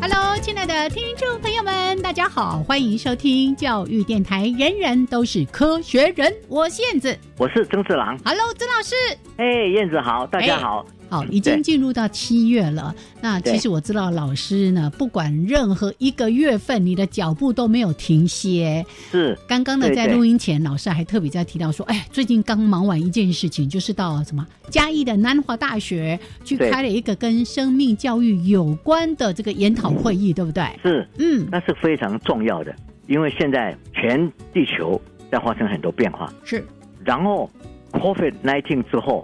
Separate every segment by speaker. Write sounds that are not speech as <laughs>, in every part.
Speaker 1: Hello，亲爱的听众朋友们，大家好，欢迎收听教育电台《人人都是科学人》，我是燕子。
Speaker 2: 我是曾志郎。
Speaker 1: Hello，曾老师，哎
Speaker 2: 哎，燕子好，大家好。
Speaker 1: 好，已经
Speaker 2: 对
Speaker 1: 进入到七月了。那其
Speaker 2: 对
Speaker 1: 实我知道，老师呢，不管任何一个月份，你的脚步都没有停歇。
Speaker 2: 是
Speaker 1: 刚刚呢，
Speaker 2: 对
Speaker 1: 在
Speaker 2: 对
Speaker 1: 录音前，老师还特别在提到说，哎，最近刚忙完一件事情，就是到什么嘉义的南华大学去
Speaker 2: 对
Speaker 1: 开了一个跟生命教育有关的这个研讨会议，对不对？
Speaker 2: 是，
Speaker 1: 嗯，
Speaker 2: 那是非常重要的，因为现在全地球在发生很多变化。
Speaker 1: 是
Speaker 2: 然后 COVID-19 之后，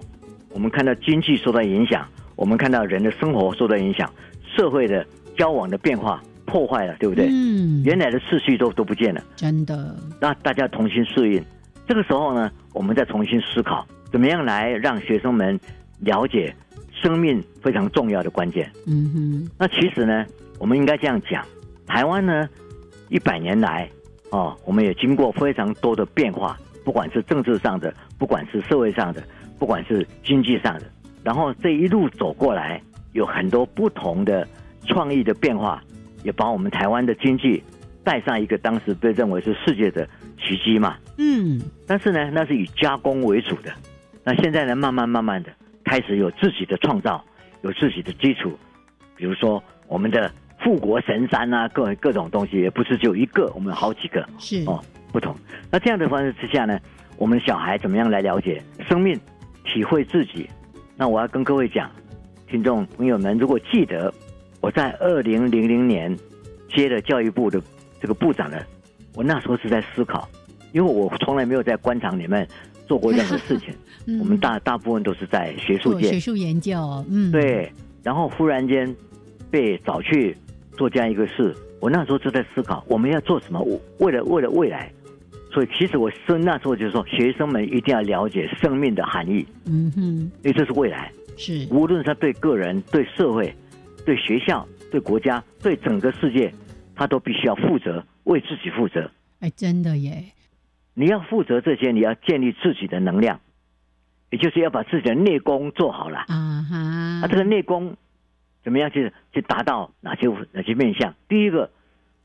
Speaker 2: 我们看到经济受到影响，我们看到人的生活受到影响，社会的交往的变化破坏了，对不对？
Speaker 1: 嗯，
Speaker 2: 原来的秩序都都不见了，
Speaker 1: 真的，
Speaker 2: 那大家重新适应。这个时候呢，我们再重新思考，怎么样来让学生们了解生命非常重要的关键。
Speaker 1: 嗯哼，
Speaker 2: 那其实呢，我们应该这样讲，台湾呢，一百年来，哦，我们也经过非常多的变化，不管是政治上的，不管是社会上的，不管是经济上的，然后这一路走过来，有很多不同的创意的变化，也把我们台湾的经济带上一个当时被认为是世界的奇迹嘛。
Speaker 1: 嗯，
Speaker 2: 但是呢，那是以加工为主的。那现在呢，慢慢慢慢的开始有自己的创造，有自己的基础，比如说我们的富国神山啊，各各种东西也不是只有一个，我们有好几个
Speaker 1: 是，
Speaker 2: 哦，不同。那这样的方式之下呢，我们小孩怎么样来了解生命，体会自己？那我要跟各位讲，听众朋友们，如果记得我在二零零零年接了教育部的这个部长呢，我那时候是在思考，因为我从来没有在官场里面做过任何事情，
Speaker 1: 嗯
Speaker 2: 我们大大部分都是在学术
Speaker 1: 做
Speaker 2: 界
Speaker 1: 学，术研究，嗯，，
Speaker 2: 对，然后忽然间被找去做这样一个事，我那时候就在思考，我们要做什么？我为了为了未来，所以其实我是那时候就说，学生们一定要了解生命的含义，
Speaker 1: 嗯哼，
Speaker 2: 因为这是未来，
Speaker 1: 是，
Speaker 2: 无论他对个人、对社会、对学校、对国家、对整个世界，他都必须要负责，为自己负责。
Speaker 1: 哎，真的耶，
Speaker 2: 你要负责这些，你要建立自己的能量，也就是要把自己的内功做好了。
Speaker 1: 啊哈，
Speaker 2: 那这个内功怎么样去去达到哪些哪些面向？第一个，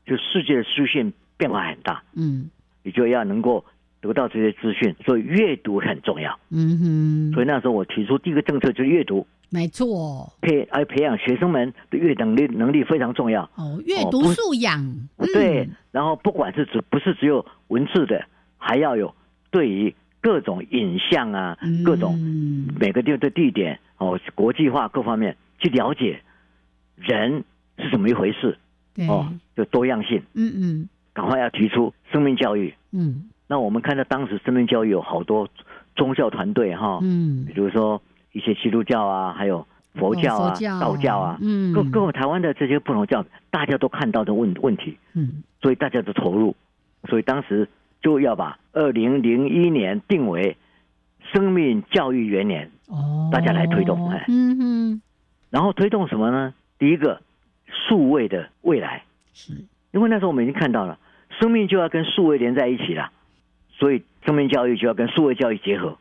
Speaker 2: 就世界的资讯变化很大，
Speaker 1: 嗯
Speaker 2: 你就要能够得到这些资讯，所以阅读很重要。
Speaker 1: 嗯
Speaker 2: 所
Speaker 1: 哼，
Speaker 2: 以那时候我提出第一个政策就是阅读，
Speaker 1: 没错，
Speaker 2: 培而培养学生们的阅读能力能力非常重要。
Speaker 1: 哦，阅
Speaker 2: 哦
Speaker 1: 读
Speaker 2: 不
Speaker 1: 素养，
Speaker 2: 对
Speaker 1: 嗯，，
Speaker 2: 然后不管是只不是只有文字的，还要有对于各种影像啊，各种
Speaker 1: 嗯
Speaker 2: 每个地的地点哦，国际化各方面去了解人是怎么一回事
Speaker 1: 对，
Speaker 2: 哦
Speaker 1: 嗯，
Speaker 2: 就多样性，
Speaker 1: 嗯
Speaker 2: 赶快要提出生命教育。
Speaker 1: 嗯
Speaker 2: 那我们看到当时生命教育有好多宗教团队哈、
Speaker 1: 嗯
Speaker 2: 比，如说一些基督教啊，还有佛教啊、
Speaker 1: 哦佛教
Speaker 2: 道教啊，
Speaker 1: 嗯
Speaker 2: 各各个台湾的这些不同教，大家都看到的问问题，
Speaker 1: 嗯
Speaker 2: 所以大家都投入，所以当时就要把二零零一年定为生命教育元年。
Speaker 1: 哦，
Speaker 2: 大家来推动哎
Speaker 1: 嗯哼，
Speaker 2: 然后推动什么呢？第一个，数位的未来，
Speaker 1: 是，
Speaker 2: 因为那时候我们已经看到了，生命就要跟数位连在一起了，所以生命教育就要跟数位教育结合。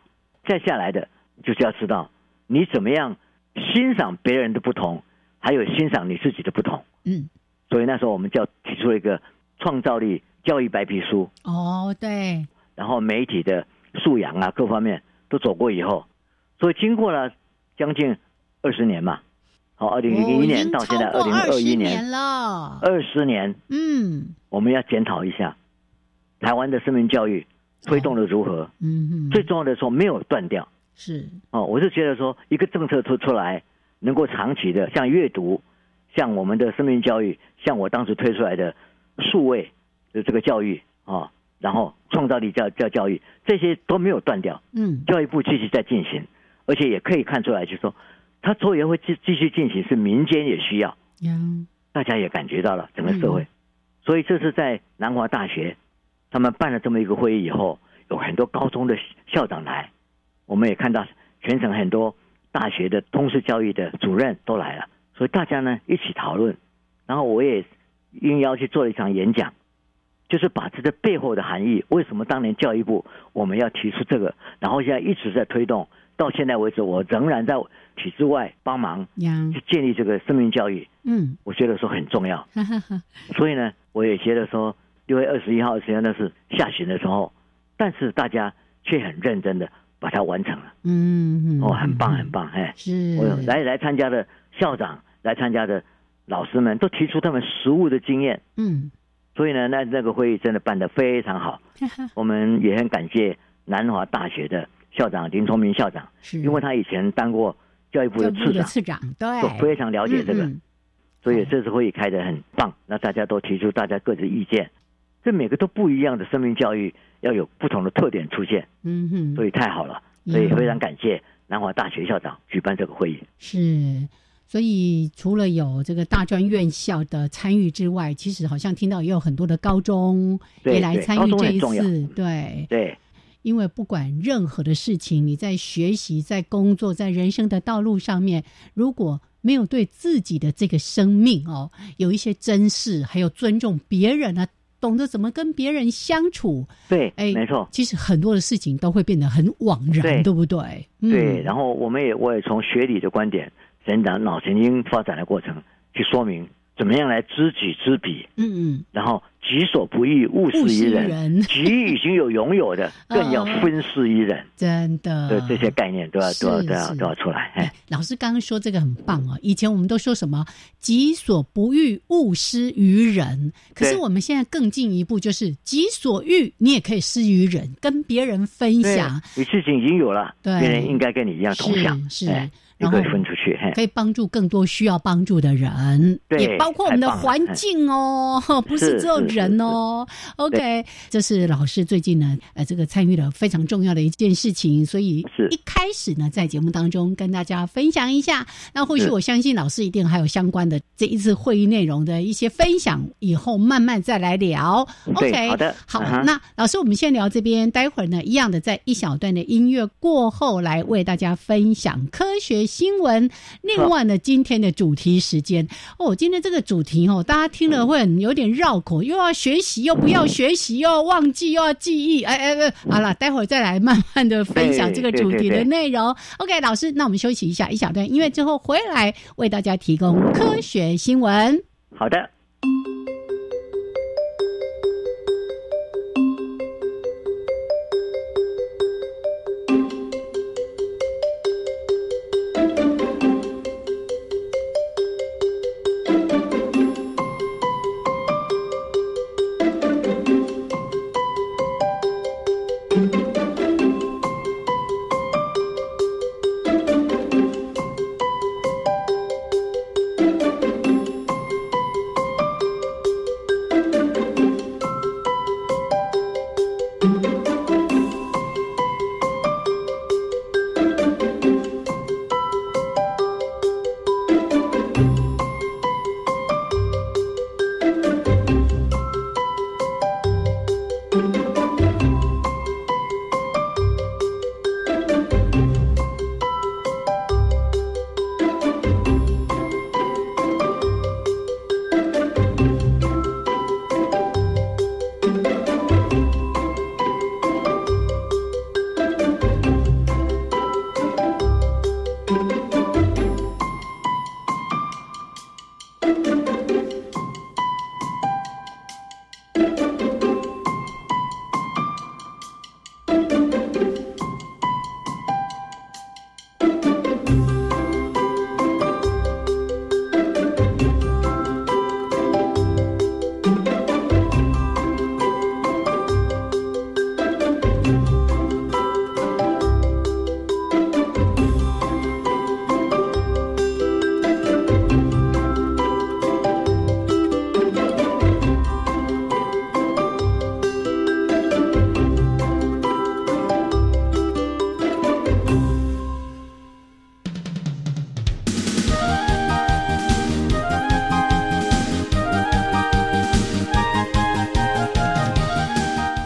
Speaker 2: 再下来的就是要知道你怎么样欣赏别人的不同，还有欣赏你自己的不同。
Speaker 1: 嗯
Speaker 2: 所以那时候我们就要提出了一个创造力教育白皮书，
Speaker 1: 哦，对，
Speaker 2: 然后媒体的素养啊各方面都走过以后，所以经过了将近二十年嘛，好，二零零
Speaker 1: 哦
Speaker 2: 一
Speaker 1: 已
Speaker 2: 年
Speaker 1: 经
Speaker 2: 到现在
Speaker 1: 超
Speaker 2: 二
Speaker 1: 过
Speaker 2: 零二
Speaker 1: 20
Speaker 2: 一年，
Speaker 1: 了，
Speaker 2: 二十年，
Speaker 1: 呃嗯，
Speaker 2: 我们要检讨一下台湾的生命教育推动的如何。
Speaker 1: 嗯哼，
Speaker 2: 最重要的说，没有断掉
Speaker 1: 是
Speaker 2: 哦。我是觉得说，一个政策推出来，能够长期的，像阅读，像我们的生命教育，像我当时推出来的数位的这个教育啊、哦，然后创造力教教教育，这些都没有断掉。
Speaker 1: 嗯
Speaker 2: 教育部继续在进行，而且也可以看出来，就是说，它作为会继继续进行，是民间也需要，
Speaker 1: 呀
Speaker 2: 大家也感觉到了整个社会，
Speaker 1: 嗯
Speaker 2: 所以这是在南华大学，他们办了这么一个会议以后，有很多高中的校长来，我们也看到全省很多大学的通识教育的主任都来了，所以大家呢一起讨论，然后我也应邀去做了一场演讲。就是把这个背后的含义，为什么当年教育部我们要提出这个，然后现在一直在推动，到现在为止，我仍然在体制外帮忙
Speaker 1: 呀
Speaker 2: 去建立这个生命教育，
Speaker 1: 嗯，
Speaker 2: 我觉得说很重要。
Speaker 1: 哈哈哈，
Speaker 2: 所以呢，我也觉得说六月二十一号、二十那是下旬的时候，但是大家却很认真的把它完成了，
Speaker 1: 嗯
Speaker 2: 哦，很棒，很，棒，哎，
Speaker 1: 是，
Speaker 2: 我来来参加的校长、来参加的老师们都提出他们实务的经验，
Speaker 1: 嗯，
Speaker 2: 所以呢，那那个会议真的办得非常好。
Speaker 1: 哈哈，
Speaker 2: 我们也很感谢南华大学的校长林崇明校长，
Speaker 1: 是，
Speaker 2: 因为他以前当过教育
Speaker 1: 嗯
Speaker 2: 部
Speaker 1: 教
Speaker 2: 的
Speaker 1: 育部
Speaker 2: 次
Speaker 1: 的
Speaker 2: 长，
Speaker 1: 次长，对，
Speaker 2: 都非常了解这个。
Speaker 1: 嗯
Speaker 2: 所以这次会议开得很棒，那大家都提出大家各自意见，这每个都不一样的生命教育要有不同的特点出现，
Speaker 1: 嗯哼，
Speaker 2: 所以太好了，
Speaker 1: 嗯
Speaker 2: 所以非常感谢南华大学校长举办这个会议。
Speaker 1: 是，所以除了有这个大专院校的参与之外，其实好像听到也有很多的高中
Speaker 2: 对
Speaker 1: 也来
Speaker 2: 对
Speaker 1: 参
Speaker 2: 高
Speaker 1: 与
Speaker 2: 中
Speaker 1: 这
Speaker 2: 很
Speaker 1: 一
Speaker 2: 重要
Speaker 1: 次，对，
Speaker 2: 对
Speaker 1: 因为不管任何的事情，你在学习、在工作、在人生的道路上面，如果没有对自己的这个生命哦有一些珍视，还有尊重别人啊，懂得怎么跟别人相处，
Speaker 2: 对，
Speaker 1: 哎
Speaker 2: 没错，
Speaker 1: 其实很多的事情都会变得很枉然，对
Speaker 2: 对
Speaker 1: 不对？嗯、
Speaker 2: 对。然后我们也我也从学理的观点，人脑脑神经发展的过程去说明怎么样来知己知彼，
Speaker 1: 嗯
Speaker 2: 然后己所不欲，勿
Speaker 1: 嗯，物
Speaker 2: 施
Speaker 1: 是
Speaker 2: 于人。
Speaker 1: 人，
Speaker 2: <laughs>
Speaker 1: 嗯
Speaker 2: 己已经有拥有的，更
Speaker 1: <laughs>
Speaker 2: 要分施于人
Speaker 1: 真的。
Speaker 2: 的这些概念都要
Speaker 1: 嗯是
Speaker 2: 都要都要
Speaker 1: 是
Speaker 2: 都要出来。哎
Speaker 1: 哎，老师刚刚说这个很棒哦。以前我们都说什么“己所不欲，勿施于人”，可是
Speaker 2: 对
Speaker 1: 我们现在更进一步，就是“己所欲，你也可以施于人”，跟别人分
Speaker 2: 对
Speaker 1: 享，
Speaker 2: 你事情已经有了，
Speaker 1: 对
Speaker 2: 别人应该跟你一样同享，
Speaker 1: 是是
Speaker 2: 哎，你
Speaker 1: 然后
Speaker 2: 可以分出去，嘿
Speaker 1: 可以帮助更多需要帮助的人，
Speaker 2: 对
Speaker 1: 也包括我们的
Speaker 2: 太棒了
Speaker 1: 环境哦， <laughs> 不是
Speaker 2: 是
Speaker 1: 只有
Speaker 2: 是
Speaker 1: 人哦。OK，这是老师最近呢，呃，这个参与了非常重要的一件事情，所以
Speaker 2: 是
Speaker 1: 一开始呢，在节目当中跟大家分享一下。那或许
Speaker 2: 是
Speaker 1: 我相信老师一定还有相关的这一次会议内容的一些分享，以后慢慢再来聊。
Speaker 2: 对
Speaker 1: OK，
Speaker 2: 好的
Speaker 1: 好，
Speaker 2: 嗯哼
Speaker 1: 那老师，我们先聊这边，待会儿呢，一样的，在一小段的音乐过后，来为大家分享科学新闻。另外呢，今天的主题时间哦，今天这个主题哦，大家听了会很有点绕口，又要学习，又不要学习，又要忘记，又要记忆，哎哎哎，好了，待会儿再来慢慢的分享这个主题的内容。OK，老师，那我们休息一下，一小段音乐之后回来为大家提供科学新闻。
Speaker 2: 好的。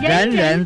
Speaker 3: 人人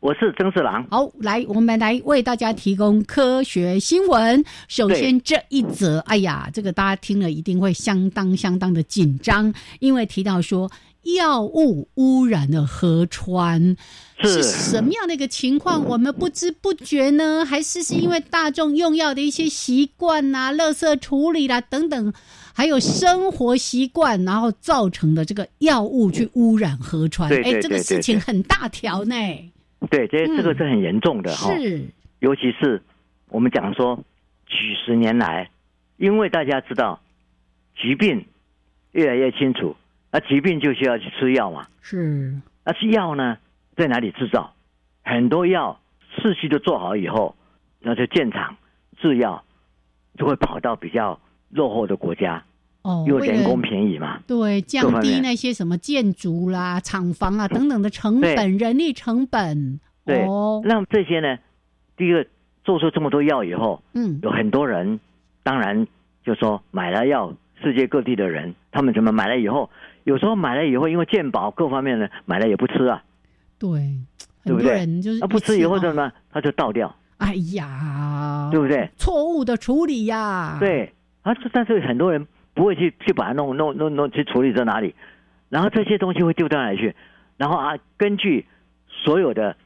Speaker 2: 我是曾志郎，
Speaker 1: 好，来，我们来为大家提供科学新闻。首先这一则，哎呀，这个大家听了一定会相当相当的紧张，因为提到说药物污染了河川。是什么样的一个情况？我们不知不觉呢，还是是因为大众用药的一些习惯呐、垃圾处理啦、等等，还有生活习惯，然后造成的这个药物去污染河川。
Speaker 2: 对对
Speaker 1: 哎，这个
Speaker 2: 对
Speaker 1: 事
Speaker 2: 对
Speaker 1: 情
Speaker 2: 对
Speaker 1: 很大条呢。
Speaker 2: 对，这
Speaker 1: 嗯
Speaker 2: 这个是很严重的哈、
Speaker 1: 是，
Speaker 2: 尤其是我们讲说几十年来，因为大家知道疾病越来越清楚，那疾病就需要去吃药嘛，
Speaker 1: 是，
Speaker 2: 那是药呢在哪里制造？很多药市区都做好以后，那就建厂制药，就会跑到比较落后的国家，
Speaker 1: 哦，
Speaker 2: 因为
Speaker 1: 为了
Speaker 2: 人工便宜嘛。
Speaker 1: 对降
Speaker 2: 方
Speaker 1: 低
Speaker 2: 面
Speaker 1: 那些什么建筑啦、厂房啊等等的成
Speaker 2: 对
Speaker 1: 本、人力成本。
Speaker 2: 对
Speaker 1: 哦，
Speaker 2: 那么这些呢，第一个做出这么多药以后，
Speaker 1: 嗯，
Speaker 2: 有很多人，当然就说买了药，世界各地的人，他们怎么买了以后，有时候买了以后，因为健保各方面呢，买了也不吃啊，
Speaker 1: 对，很
Speaker 2: 对不
Speaker 1: 多
Speaker 2: 对啊
Speaker 1: 人就是
Speaker 2: 那不吃
Speaker 1: 一
Speaker 2: 以后
Speaker 1: 哦
Speaker 2: 怎么办？他就倒掉，
Speaker 1: 哎呀，
Speaker 2: 对不对？
Speaker 1: 错误的处理呀、，
Speaker 2: 对，啊，这但是很多人不会去去把它弄弄弄弄去处理在哪里，然后这些东西会丢到哪里去？然后啊，根据所有的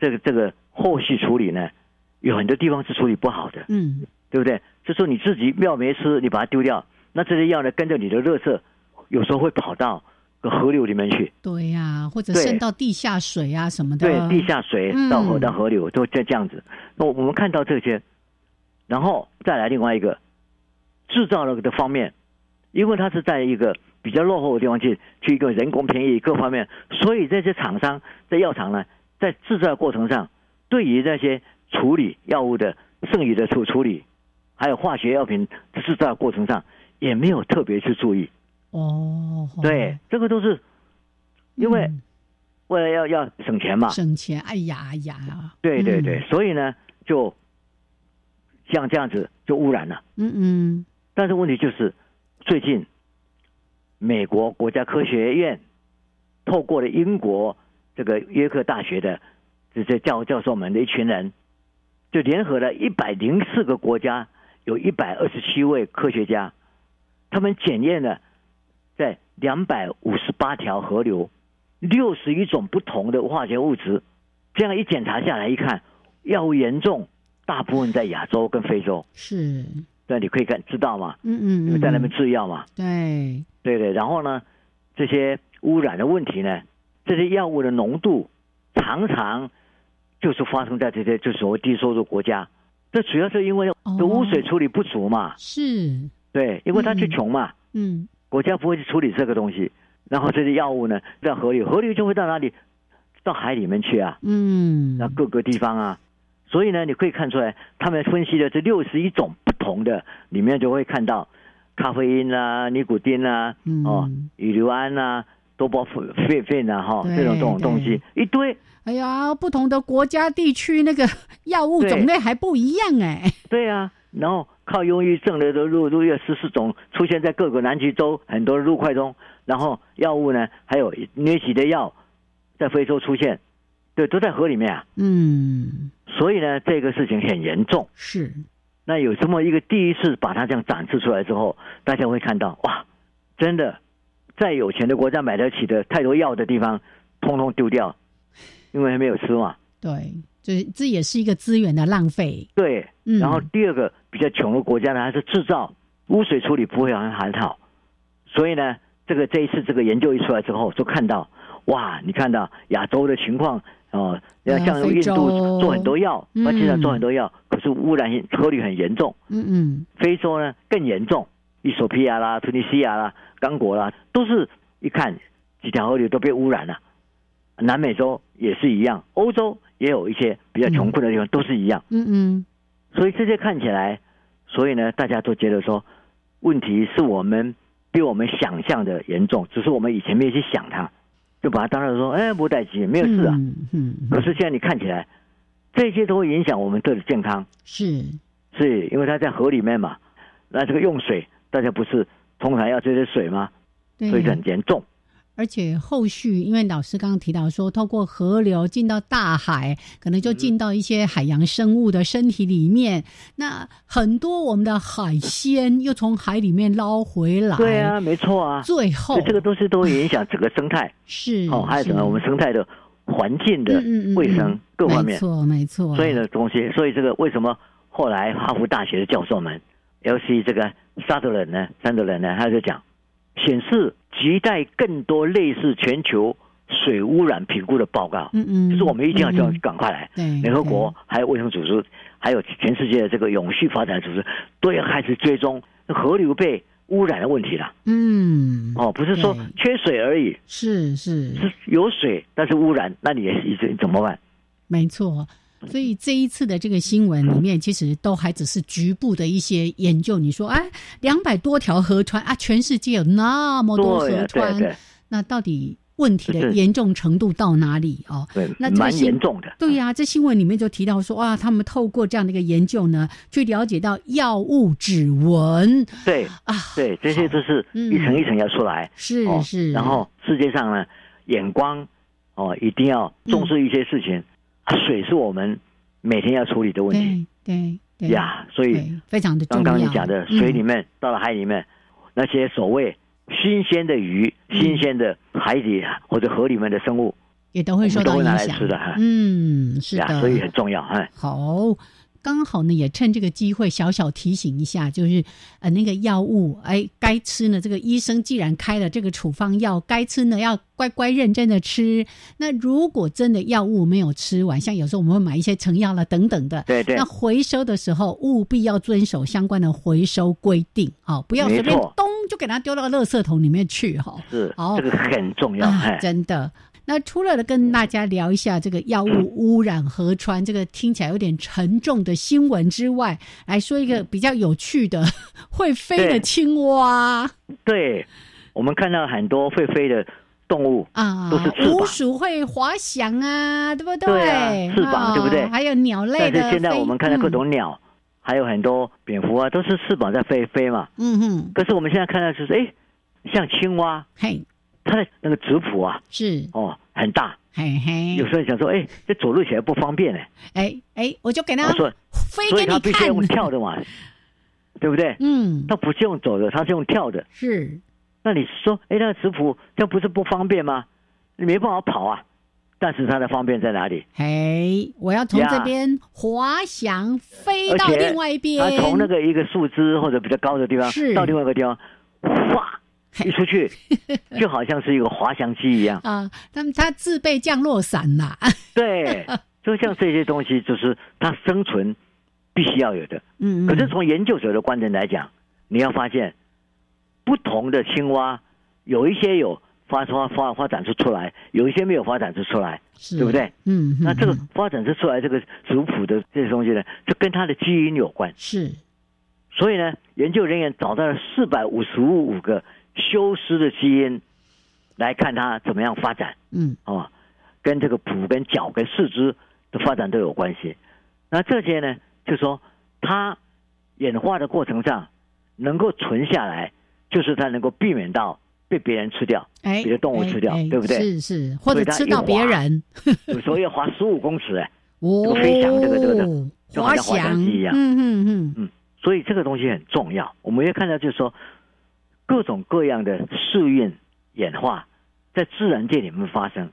Speaker 2: 这个这个后续处理呢，有很多地方是处理不好的。
Speaker 1: 嗯，
Speaker 2: 对不对？就说你自己药没吃，你把它丢掉，那这些药呢，跟着你的垃圾，有时候会跑到个河流里面去，
Speaker 1: 对呀、或者
Speaker 2: 对
Speaker 1: 渗到地下水啊什么的，
Speaker 2: 对，地下水
Speaker 1: 嗯
Speaker 2: 到河到河流都这这样子。那我们看到这些，然后再来另外一个制造了的方面，因为它是在一个比较落后的地方去去一个人工便宜各方面，所以这些厂商在药厂呢，在制造的过程上，对于那些处理药物的剩余的处处理，还有化学药品制造的过程上，也没有特别去注意。
Speaker 1: 哦，
Speaker 2: 对，这个都是因为
Speaker 1: 嗯
Speaker 2: 为了要要省钱嘛。
Speaker 1: 省钱，哎呀哎呀，
Speaker 2: 对对对
Speaker 1: 嗯，
Speaker 2: 所以呢，就像这样子就污染了。
Speaker 1: 嗯嗯，
Speaker 2: 但是问题就是，最近美国国家科学院透过了英国这个约克大学的这些教教授们的一群人，就联合了一百零四个国家，有一百二十七位科学家，他们检验了在两百五十八条河流六十一种不同的化学物质，这样一检查下来一看，药物严重，大部分在亚洲跟非洲。
Speaker 1: 是，
Speaker 2: 对，你可以感知道嘛，
Speaker 1: 嗯
Speaker 2: 因为
Speaker 1: 嗯，
Speaker 2: 在那边
Speaker 1: 嗯
Speaker 2: 制药嘛，
Speaker 1: 对，
Speaker 2: 对对。然后呢，这些污染的问题呢，这些药物的浓度常常就是发生在这些就所谓低收入国家。这主要是因为
Speaker 1: 哦
Speaker 2: 的污水处理不足嘛，
Speaker 1: 是，
Speaker 2: 对，因为他去
Speaker 1: 嗯
Speaker 2: 穷嘛，
Speaker 1: 嗯，
Speaker 2: 国家不会去处理这个东西。然后这些药物呢，在河流，河流就会到哪里？到海里面去啊，
Speaker 1: 嗯，
Speaker 2: 那各个地方啊。所以呢，你可以看出来，他们分析的这六十一种不同的里面，就会看到咖啡因啊、尼古丁啊、
Speaker 1: 嗯
Speaker 2: 哦、乙硫胺啊、多巴废废啊，哈、
Speaker 1: 对
Speaker 2: 这种这种东西一堆。
Speaker 1: 哎呀，不同的国家地区那个药物
Speaker 2: 对
Speaker 1: 种类还不一样哎、
Speaker 2: 对啊，然后靠忧郁症的都入入药十四种，出现在各个南极洲很多入块中，然后药物呢，还有疟疾的药在非洲出现，对，都在河里面啊。
Speaker 1: 嗯，
Speaker 2: 所以呢，这个事情很严重。
Speaker 1: 是，
Speaker 2: 那有这么一个第一次把它这样展示出来之后，大家会看到哇，真的，在有钱的国家买得起的太多药的地方，通通丢掉，因为还没有吃嘛。
Speaker 1: 对，这这也是一个资源的浪费，
Speaker 2: 对，
Speaker 1: 嗯，
Speaker 2: 然后第二个比较穷的国家呢，它是制造污水处理不会很很好，所以呢，这个这一次这个研究一出来之后，就看到哇，你看到亚洲的情况哦，
Speaker 1: 对
Speaker 2: 要、
Speaker 1: 啊
Speaker 2: 像
Speaker 1: 非
Speaker 2: 印
Speaker 1: 洲
Speaker 2: 度做很多药，而且呢
Speaker 1: 嗯
Speaker 2: 做很多药，可是污染颗粒很严重。
Speaker 1: 嗯嗯，
Speaker 2: 非洲呢更严重，伊索比亚啦、突尼西亚啦、刚果啦，都是一看几条河流都被污染了。南美洲也是一样，欧洲也有一些比较穷困的地方，都是一样。
Speaker 1: 嗯嗯，
Speaker 2: 所以这些看起来，所以呢，大家都觉得说，问题是我们比我们想象的严重，只是我们以前没有去想它，就把它当成说，哎，不带急，没有事啊。
Speaker 1: 嗯嗯，嗯
Speaker 2: 可是现在你看起来，这些都会影响我们的健康，
Speaker 1: 是
Speaker 2: 是因为它在河里面嘛。那这个用水，大家不是通常要这些水吗？
Speaker 1: 对
Speaker 2: 所以很严重。
Speaker 1: 而且后续，因为老师刚刚提到说，透过河流进到大海，可能就
Speaker 2: 嗯
Speaker 1: 进到一些海洋生物的身体里面。那很多我们的海鲜又从海里面捞回来，
Speaker 2: 对，啊，没错啊。
Speaker 1: 最后
Speaker 2: 所以这个东西都会影响整个生态
Speaker 1: 是
Speaker 2: 哦，还有整
Speaker 1: 是
Speaker 2: 个我们生态的环境
Speaker 1: 嗯
Speaker 2: 的
Speaker 1: 嗯嗯
Speaker 2: 卫生
Speaker 1: 嗯
Speaker 2: 各方面
Speaker 1: 没。错没错。
Speaker 2: 所以呢，东西，所以这个为什么后来哈佛大学的教授们，L C 这个沙德人呢，山德人呢，他就讲，显示亟待更多类似全球水污染评估的报告，
Speaker 1: 嗯嗯，
Speaker 2: 就是我们一定要叫
Speaker 1: 嗯嗯
Speaker 2: 赶快来。
Speaker 1: 对
Speaker 2: 联合国还有卫生组织，还有全世界的这个永续发展组织，都要开始追踪河流被污染的问题了。
Speaker 1: 对嗯
Speaker 2: 哦，不是说
Speaker 1: 对
Speaker 2: 缺水而已，
Speaker 1: 是是
Speaker 2: 是有水但是污染，那你也你怎么办？
Speaker 1: 没错。所以这一次的这个新闻里面，其实都还只是局部的一些研究。你说，哎，两百多条河川啊，全世界有那么哦多
Speaker 2: 对
Speaker 1: 河
Speaker 2: 啊对啊
Speaker 1: 川，
Speaker 2: 对啊
Speaker 1: 那到底问题的
Speaker 2: 是
Speaker 1: 严重程度到哪里哦？那这
Speaker 2: 对，
Speaker 1: 个
Speaker 2: 蛮
Speaker 1: 新
Speaker 2: 严重的。
Speaker 1: 对呀、这新闻里面就提到说，哇，他们透过这样的一个研究呢，去了解到药物指纹
Speaker 2: 对
Speaker 1: 啊，
Speaker 2: 对，这些都是
Speaker 1: 嗯
Speaker 2: 一层一层要出来。
Speaker 1: 是
Speaker 2: 哦
Speaker 1: 是，
Speaker 2: 然后世界上呢，眼光哦一定要重视一些事
Speaker 1: 嗯
Speaker 2: 情。啊水是我们每天要处理的问题
Speaker 1: 对对对，
Speaker 2: 呀，所以
Speaker 1: 对，非常的重
Speaker 2: 刚
Speaker 1: 要。
Speaker 2: 刚你讲的，水里
Speaker 1: 嗯、
Speaker 2: 面、到了海里面，那些所谓新鲜的鱼、
Speaker 1: 嗯
Speaker 2: 新鲜的海底或者河里面的生物
Speaker 1: 也都会受到
Speaker 2: 我们都会拿
Speaker 1: 影
Speaker 2: 来
Speaker 1: 响
Speaker 2: 吃的哈
Speaker 1: 嗯，是
Speaker 2: 呀，
Speaker 1: 的，
Speaker 2: 所以很重要。哎，
Speaker 1: 好，刚好呢，也趁这个机会小小提醒一下，就是呃，那个药物，哎，该吃呢，这个医生既然开了这个处方药，该吃呢要乖乖认真的吃。那如果真的药物没有吃完，像有时候我们会买一些成药了等等的。
Speaker 2: 对对
Speaker 1: 那，回收的时候，务必要遵守相关的回收规定哦，不要随便
Speaker 2: 没错
Speaker 1: 咚就给它丢到垃圾桶里面去哈、哦。
Speaker 2: 是
Speaker 1: 好
Speaker 2: 这个很重要。
Speaker 1: 啊，
Speaker 2: 哎，
Speaker 1: 真的。那除了跟大家聊一下这个药物污染河川这个听起来有点沉重的新闻之外，来说一个比较有趣的 <laughs> 会飞的
Speaker 2: 对
Speaker 1: 青蛙
Speaker 2: 对，我们看到很多会飞的动物，
Speaker 1: 啊
Speaker 2: 都是，翅膀
Speaker 1: 鼯鼠会滑翔啊，对不对？
Speaker 2: 对啊翅膀
Speaker 1: 啊
Speaker 2: 对不对
Speaker 1: 还有鸟类
Speaker 2: 但
Speaker 1: 的
Speaker 2: 是
Speaker 1: 飞。
Speaker 2: 现在我们看到各
Speaker 1: 嗯
Speaker 2: 种鸟，还有很多蝙蝠啊，都是翅膀在飞飞嘛。
Speaker 1: 嗯哼，
Speaker 2: 可是我们现在看到就是，哎，像青蛙，
Speaker 1: 嘿，
Speaker 2: 它的那个质谱啊，
Speaker 1: 是，
Speaker 2: 哦，很大。
Speaker 1: 嘿嘿
Speaker 2: 有，时候想说，哎，这走路起来不方便呢、
Speaker 1: 哎哎，我就给它
Speaker 2: 我说，
Speaker 1: 飞
Speaker 2: 啊所
Speaker 1: 给
Speaker 2: 以它
Speaker 1: 你
Speaker 2: 必须
Speaker 1: 看 <laughs>
Speaker 2: 用，跳的嘛，对不对？
Speaker 1: 嗯，
Speaker 2: 它不是用走的，它是用跳的。
Speaker 1: 是，
Speaker 2: 那你说，哎，那个质谱这样不是不方便吗？你没办法跑啊。但是它的方便在哪里？
Speaker 1: 嘿，我要从
Speaker 2: 呀
Speaker 1: 这边滑翔飞
Speaker 2: 而
Speaker 1: 到
Speaker 2: 且
Speaker 1: 另外一边，
Speaker 2: 它从那个一个树枝或者比较高的地方
Speaker 1: 是
Speaker 2: 到另外一个地方，哗
Speaker 1: 嘿
Speaker 2: 一出
Speaker 1: <laughs>
Speaker 2: 去，就好像是一个滑翔机一样。
Speaker 1: 啊，那么它自备降落伞啦， <laughs>
Speaker 2: 对，就像这些东西，就是它生存必须要有的。
Speaker 1: 嗯，嗯
Speaker 2: 可是从研究者的观点来讲，你要发现不同的青蛙，有一些有发发发发展出出来，有一些没有发展出出来。
Speaker 1: 嗯是
Speaker 2: 对不对？
Speaker 1: 嗯，
Speaker 2: 那
Speaker 1: 嗯
Speaker 2: 这个
Speaker 1: 嗯
Speaker 2: 发展出出来这个族谱的这些东西呢，就跟它的基因有关。
Speaker 1: 是
Speaker 2: 所以呢，研究人员找到了四百五十五个修斯的基因，来看它怎么样发展
Speaker 1: 嗯
Speaker 2: 哦，跟这个蹼、跟脚、跟四肢的发展都有关系。那这些呢，就说它演化的过程上能够存下来，就是它能够避免到被别人吃掉，
Speaker 1: 哎，
Speaker 2: 别的动物
Speaker 1: 哎
Speaker 2: 吃掉
Speaker 1: 哎
Speaker 2: 对不对
Speaker 1: 是是，或者
Speaker 2: 所以它
Speaker 1: 吃
Speaker 2: 一
Speaker 1: 到别
Speaker 2: 滑
Speaker 1: 人，
Speaker 2: 有时候要滑十五公尺哎，
Speaker 1: 哦，
Speaker 2: 飞翔这个这个这就
Speaker 1: 滑
Speaker 2: 好像滑
Speaker 1: 翔
Speaker 2: 翔机一样
Speaker 1: 嗯嗯嗯，
Speaker 2: 所以这个东西很重要。我们也看到，就是说各种各样的适应演化在自然界里面发生。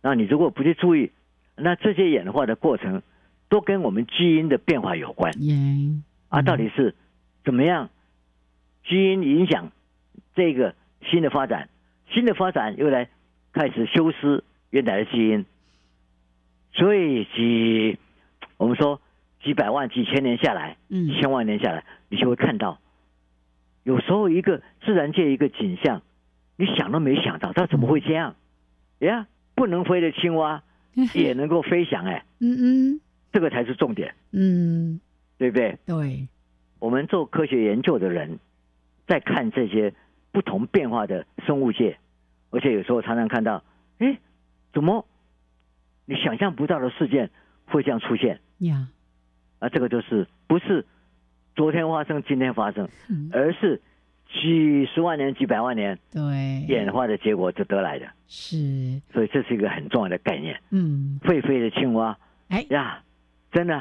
Speaker 2: 那你如果不去注意，那这些演化的过程都跟我们基因的变化有关
Speaker 1: 耶，
Speaker 2: 啊。
Speaker 1: 嗯
Speaker 2: 到底是怎么样基因影响这个新的发展？新的发展又来开始修饰原来的基因，所以几我们说几百万、几千年下来。
Speaker 1: 嗯
Speaker 2: 千万年下来，你就会看到，有时候一个自然界一个景象，你想都没想到，它怎么会这样？呀，不能飞的青蛙也能够飞翔，哎，
Speaker 1: 嗯嗯
Speaker 2: 这个才是重点，
Speaker 1: 嗯，
Speaker 2: 对不对？
Speaker 1: 对，
Speaker 2: 我们做科学研究的人，在看这些不同变化的生物界，而且有时候常常看到，哎，怎么你想象不到的事件会这样出现？
Speaker 1: 呀，
Speaker 2: 啊，这个就是不是昨天发生，今天发生，
Speaker 1: 嗯
Speaker 2: 而是几十万年、几百万年
Speaker 1: 对，
Speaker 2: 演化的结果就得来的。
Speaker 1: 是，
Speaker 2: 所以这是一个很重要的概念。
Speaker 1: 嗯，
Speaker 2: 狒狒的青蛙
Speaker 1: 哎，
Speaker 2: 呀，真的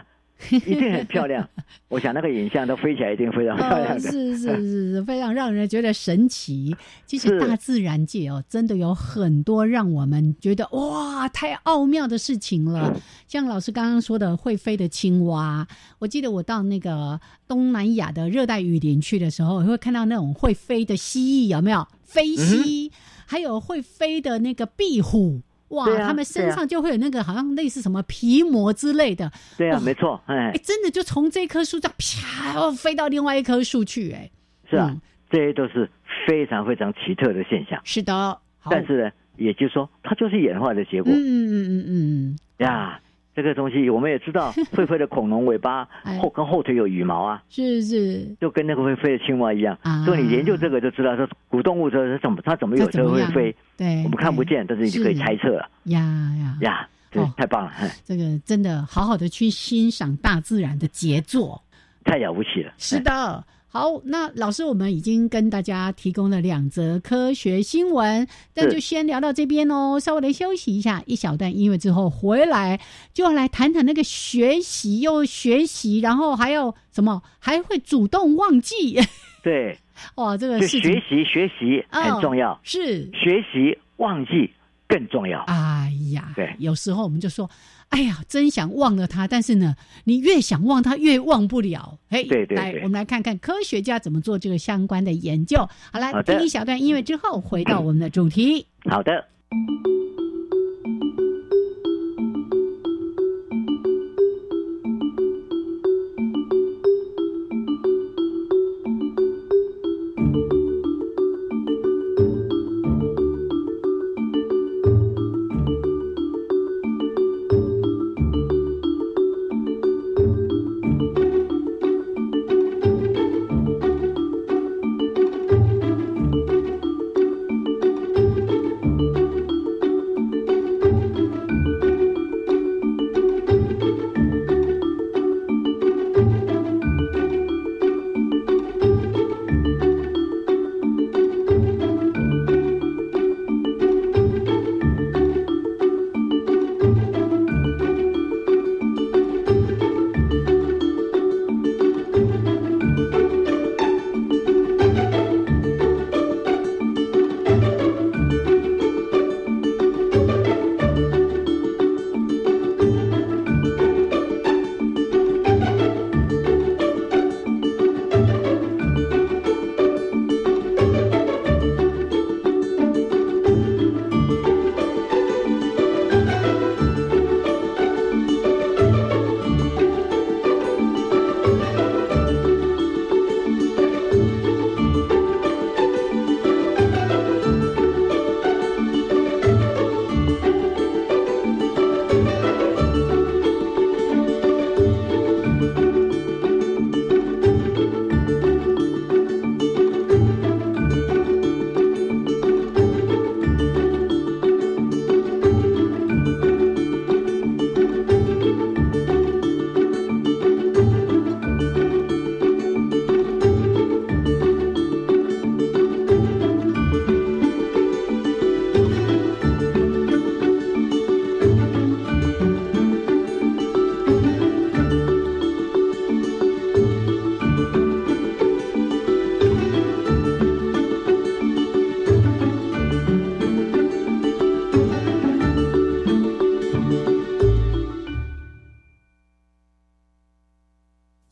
Speaker 2: 一定很
Speaker 1: <laughs>
Speaker 2: 漂亮。我想那个影像都飞起来一定 <laughs> 非常漂亮
Speaker 1: 哦，
Speaker 2: 的。
Speaker 1: 是是是是，非常让人觉得神奇。其实
Speaker 2: 是
Speaker 1: 大自然界哦，真的有很多让我们觉得哇，太奥妙的事情了。像老师刚刚说的会飞的青蛙，我记得我到那个东南亚的热带雨林去的时候，会看到那种会飞的蜥蜴，有没有
Speaker 2: 嗯
Speaker 1: 飞蜥？还有会飞的那个壁虎。哇，
Speaker 2: 对啊
Speaker 1: 它们
Speaker 2: 对
Speaker 1: 身
Speaker 2: 啊
Speaker 1: 上就会有那个好像类似什么皮膜之类的，
Speaker 2: 对啊
Speaker 1: 哇，
Speaker 2: 没错，
Speaker 1: 哎，，
Speaker 2: 哎
Speaker 1: 真的就从这棵树上啪，然后飞到另外一棵树去、哎，
Speaker 2: 是啊
Speaker 1: 嗯，
Speaker 2: 这些都是非常非常奇特的现象。
Speaker 1: 是的，好，
Speaker 2: 但是呢，也就是说，它就是演化的结
Speaker 1: 哦嗯
Speaker 2: 果
Speaker 1: 嗯嗯嗯嗯，
Speaker 2: 呀。这个东西我们也
Speaker 1: <laughs>
Speaker 2: 知道，狒狒的恐龙尾巴
Speaker 1: 哎
Speaker 2: 后跟后腿有羽毛啊，
Speaker 1: 是是，
Speaker 2: 就跟那个会飞的青蛙一样
Speaker 1: 啊。
Speaker 2: 所以你研究这个就知道，说古动物这是怎么它怎么有
Speaker 1: 它
Speaker 2: 时
Speaker 1: 怎
Speaker 2: 候
Speaker 1: 么
Speaker 2: 会
Speaker 1: 样？
Speaker 2: 飞，
Speaker 1: 对，
Speaker 2: 我们看不
Speaker 1: 对
Speaker 2: 见，但是你就可以
Speaker 1: 是
Speaker 2: 猜测了
Speaker 1: 呀呀
Speaker 2: 呀。这
Speaker 1: 哦
Speaker 2: 太棒了， <laughs> 哎
Speaker 1: 这个真的好好的去欣赏大自然的杰作。
Speaker 2: 太了不起了。
Speaker 1: 是的。好，那老师，我们已经跟大家提供了两则科学新闻，那
Speaker 2: 是
Speaker 1: 就先聊到这边哦，稍微的休息一下，一小段音乐之后回来就要来谈谈那个学习又学习，然后还有什么还会主动忘记， <laughs>
Speaker 2: 对，
Speaker 1: 哇，这个哦
Speaker 2: 就
Speaker 1: 事情
Speaker 2: 学习学习很重要，
Speaker 1: 是
Speaker 2: 学习忘记更重要。
Speaker 1: 哎呀，
Speaker 2: 对
Speaker 1: 有时候我们就说，哎呀，真想忘了他，但是呢，你越想忘他，越忘不了。嘿，
Speaker 2: 对对
Speaker 1: 来，
Speaker 2: 对
Speaker 1: 我们来看看科学家怎么做这个相关的研究。好了，
Speaker 2: 好的
Speaker 1: 听一小段音乐之后，回到我们的主
Speaker 2: <clears throat>
Speaker 1: 题。
Speaker 2: 好的，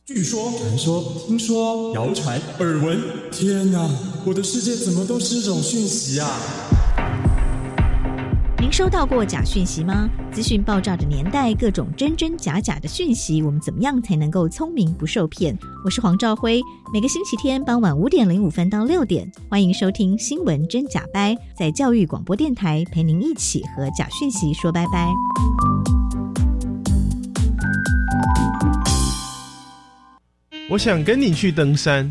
Speaker 4: 据说、传说、听说、谣传、耳闻，天哪！我的世界怎么都是这种讯息啊！
Speaker 5: 您收到过假讯息吗？资讯爆炸的年代，各种真真假假的讯息，我们怎么样才能够聪明不受骗？我是黄兆辉，每个星期天傍晚五点零五分到六点，欢迎收听《新闻真假掰》，在教育广播电台陪您一起和假讯息说拜拜。
Speaker 6: 我想跟你去登山，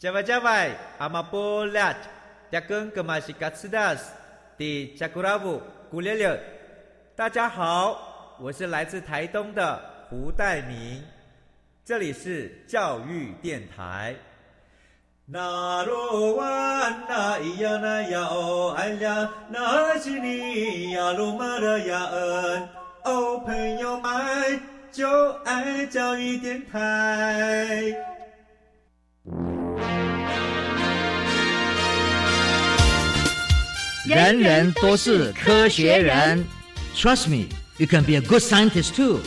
Speaker 7: Java Java, Amapolat, Dakun Kamashikatsidas, Di Chakuravu, Gulele。大家好，我是来自台东的胡代明，这里是教育电台。
Speaker 8: 那罗哇那咿呀那呀哦哎呀，那是你呀鲁玛的呀恩哦，朋友们就爱教育电台。
Speaker 3: 人人都是科学人。Trust me, you can be a good scientist too.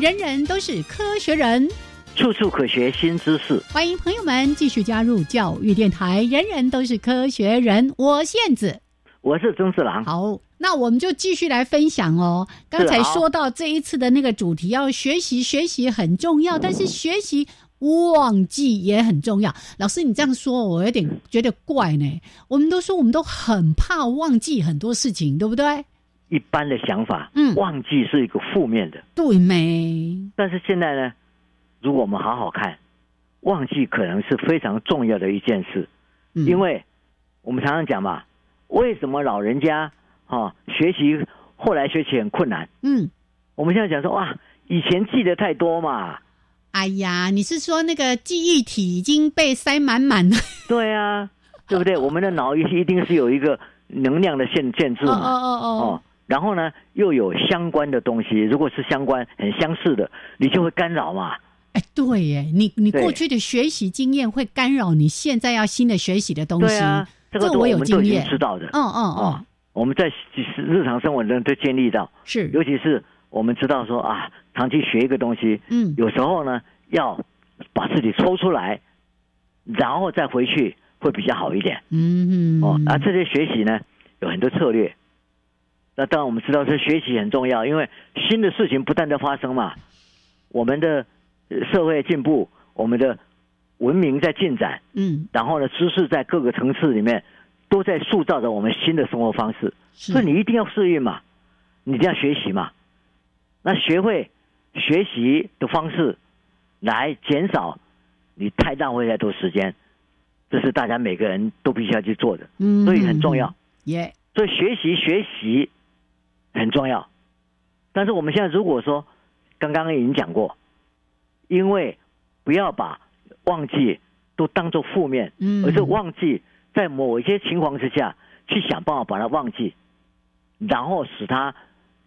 Speaker 1: 人人都是科学人。
Speaker 2: 处处可学新知识。
Speaker 1: 欢迎朋友们继续加入教育电台，人人都是科学人，我燕子。
Speaker 2: 我是曾志郎。
Speaker 1: 好，那我们就继续来分享哦。刚才
Speaker 2: 是啊
Speaker 1: 说到这一次的那个主题，要学习，学习很重
Speaker 2: 嗯
Speaker 1: 要，但是学习。忘记也很重要。老师，你这样说，我有点觉得怪呢。我们都说我们都很怕忘记很多事情，对不对？
Speaker 2: 一般的想法，
Speaker 1: 嗯
Speaker 2: 忘记是一个负面的，
Speaker 1: 对没？
Speaker 2: 但是现在呢，如果我们好好看，忘记可能是非常重要的一件事，
Speaker 1: 嗯
Speaker 2: 因为我们常常讲嘛，为什么老人家啊学习后来学习很困难？
Speaker 1: 嗯，
Speaker 2: 我们现在讲说哇，以前记得太多嘛，
Speaker 1: 哎呀，你是说那个记忆体已经被塞满满了？
Speaker 2: 对啊，对不对？我们的脑一一定是有一个能量的限限制
Speaker 1: 哦
Speaker 2: 嘛，
Speaker 1: 哦哦
Speaker 2: 哦，然后呢，又有相关的东西，如果是相关、很相似的，你就会干扰嘛。
Speaker 1: 哦，哎，对耶，你你
Speaker 2: 对
Speaker 1: 过去的学习经验会干扰你现在要新的学习的东西。
Speaker 2: 对啊，这个
Speaker 1: 这
Speaker 2: 都
Speaker 1: 我有
Speaker 2: 们
Speaker 1: 经
Speaker 2: 都已经
Speaker 1: 验
Speaker 2: 知道的。
Speaker 1: 嗯嗯
Speaker 2: 哦
Speaker 1: 嗯，，
Speaker 2: 我们在日常生活中都建立到，
Speaker 1: 是，
Speaker 2: 尤其是我们知道说啊，长期学一个东西，
Speaker 1: 嗯
Speaker 2: 有时候呢要把自己抽出来，然后再回去会比较好一点。
Speaker 1: 嗯
Speaker 2: 哦，
Speaker 1: 嗯
Speaker 2: 啊，这些学习呢有很多策略。那当然，我们知道说学习很重要，因为新的事情不断的发生嘛，我们的呃社会进步，我们的文明在进展，
Speaker 1: 嗯，
Speaker 2: 然后呢，知识在各个层次里面都在塑造着我们新的生活方式，
Speaker 1: 是
Speaker 2: 所以你一定要适应嘛，你一定要学习嘛，那学会学习的方式来减少你太浪费太多时间，这是大家每个人都必须要去做的，
Speaker 1: 嗯
Speaker 2: 所以很重要。
Speaker 1: 耶，
Speaker 2: 所以学习学习很重要。但是我们现在如果说，刚刚已经讲过，因为不要把忘记都当做负面，
Speaker 1: 嗯
Speaker 2: 而是忘记在某一些情况之下去想办法把它忘记，然后使它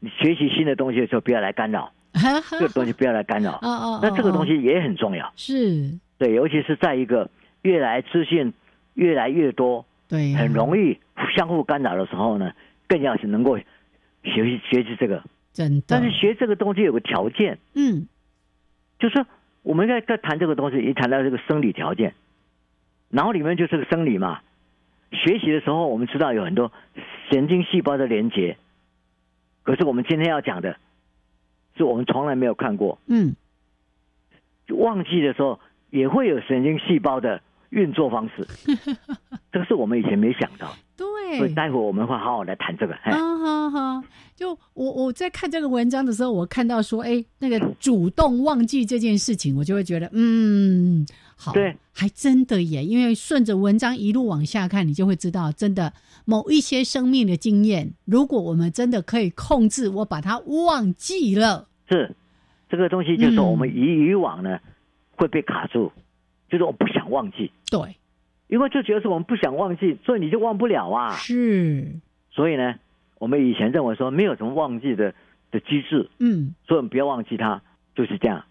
Speaker 2: 你学习新的东西的时候不要来干扰，
Speaker 1: 哈哈
Speaker 2: 这个东西不要来干扰。
Speaker 1: 嗯 <laughs> 哦哦，
Speaker 2: 那这个东
Speaker 1: 哦
Speaker 2: 西也很重要
Speaker 1: 哦，是，
Speaker 2: 对，尤其是在一个越来资讯越来越多，
Speaker 1: 对呀，
Speaker 2: 很容易相互干扰的时候呢，更要是能够学习学习这个。
Speaker 1: 真的，
Speaker 2: 但是学这个东西有个条件，
Speaker 1: 嗯
Speaker 2: 就是说我们在在谈这个东西，一谈到这个生理条件，然后里面就是个生理嘛。学习的时候，我们知道有很多神经细胞的连接，可是我们今天要讲的，是我们从来没有看过。
Speaker 1: 嗯，
Speaker 2: 忘记的时候也会有神经细胞的运作方式，这个是我们以前没想到。所以
Speaker 1: 对。
Speaker 2: 待会我们会好好来谈这个。嘿
Speaker 1: 啊哈哈！就我我在看这个文章的时候，我看到说，哎，那个主动忘记这件事情，我就会觉得，嗯，好，
Speaker 2: 对，
Speaker 1: 还真的耶，因为顺着文章一路往下看，你就会知道，真的某一些生命的经验，如果我们真的可以控制，我把它忘记了，
Speaker 2: 是，这个东西就是说我们以以往呢会被卡住，就是我不想忘记。
Speaker 9: 对，
Speaker 2: 因为这觉得是我们不想忘记，所以你就忘不了啊。
Speaker 9: 是，
Speaker 2: 所以呢，我们以前认为说没有什么忘记的的机制，
Speaker 9: 嗯，
Speaker 2: 所以我们不要忘记它，就是这样。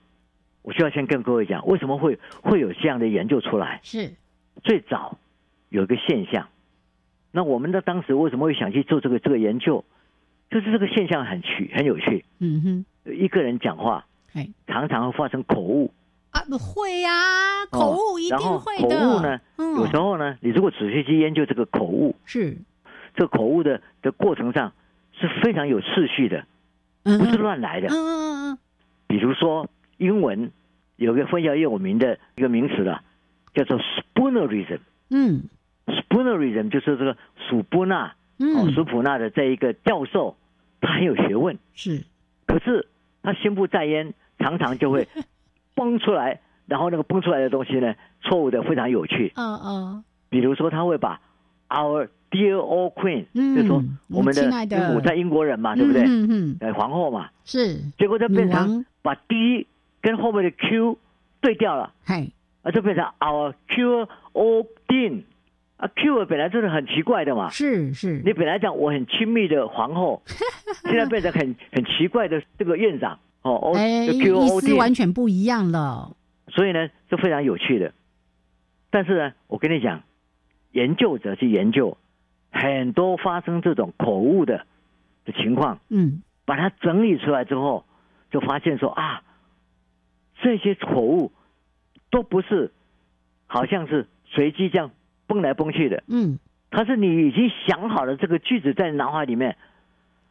Speaker 2: 我需要先跟各位讲，为什么会会有这样的研究出来？
Speaker 9: 是
Speaker 2: 最早有一个现象，那我们的当时为什么会想去做这个这个研究？就是这个现象很趣，很有趣。
Speaker 9: 嗯哼，
Speaker 2: 一个人讲话
Speaker 9: 哎，
Speaker 2: 常常会发生口误，
Speaker 9: 啊，会呀、口误一定
Speaker 2: 哦然后
Speaker 9: 会
Speaker 2: 口
Speaker 9: 的。
Speaker 2: 误呢，
Speaker 9: 嗯，
Speaker 2: 有时候呢，你如果仔细去研究这个口误，
Speaker 9: 是
Speaker 2: 这口误的的过程上是非常有次序的，
Speaker 9: 嗯
Speaker 2: 不是乱来的。
Speaker 9: 嗯嗯嗯
Speaker 2: 比如说英文有个非常有名的一个名词了，叫做 spoonerism。
Speaker 9: 嗯
Speaker 2: spoonerism 就是这个史布纳，
Speaker 9: 嗯
Speaker 2: 哦，史普纳的这一个教授，他很有学问，
Speaker 9: 是
Speaker 2: 可是他心不在焉，常常就
Speaker 9: <laughs>
Speaker 2: 会蹦出来，然后那个蹦出来的东西呢，错误的非常有趣。
Speaker 9: 嗯嗯
Speaker 2: 比如说他会把 our dear old queen，、
Speaker 9: 嗯
Speaker 2: 就说我们
Speaker 9: 我们亲爱的
Speaker 2: 的我在英国人啊嘛，对不对？
Speaker 9: 嗯嗯嗯
Speaker 2: 呃皇后嘛，
Speaker 9: 是
Speaker 2: 结果就变
Speaker 9: 女
Speaker 2: 成
Speaker 9: 王
Speaker 2: 把 D 跟后面的 Q 对调了，
Speaker 9: 嗨，
Speaker 2: 啊，就变成 our cure old queen。啊，Q 本来就是很奇怪的嘛，
Speaker 9: 是是，
Speaker 2: 啊你本来讲我很亲密的
Speaker 9: <laughs>
Speaker 2: 皇后，现在变成很很奇怪的这个院长哦，O
Speaker 9: 哎，
Speaker 2: Q
Speaker 9: 意
Speaker 2: O
Speaker 9: 思
Speaker 2: D，
Speaker 9: 完全不一样了。
Speaker 2: 所以呢是非常有趣的。但是呢，我跟你讲，研究者去研究很多发生这种口误的的情况，
Speaker 9: 嗯，
Speaker 2: 把它整理出来之后，就发现说啊，这些口误都不是好像是随机这样蹦来蹦去的，
Speaker 9: 嗯，
Speaker 2: 它是你已经想好了这个句子在脑海里面，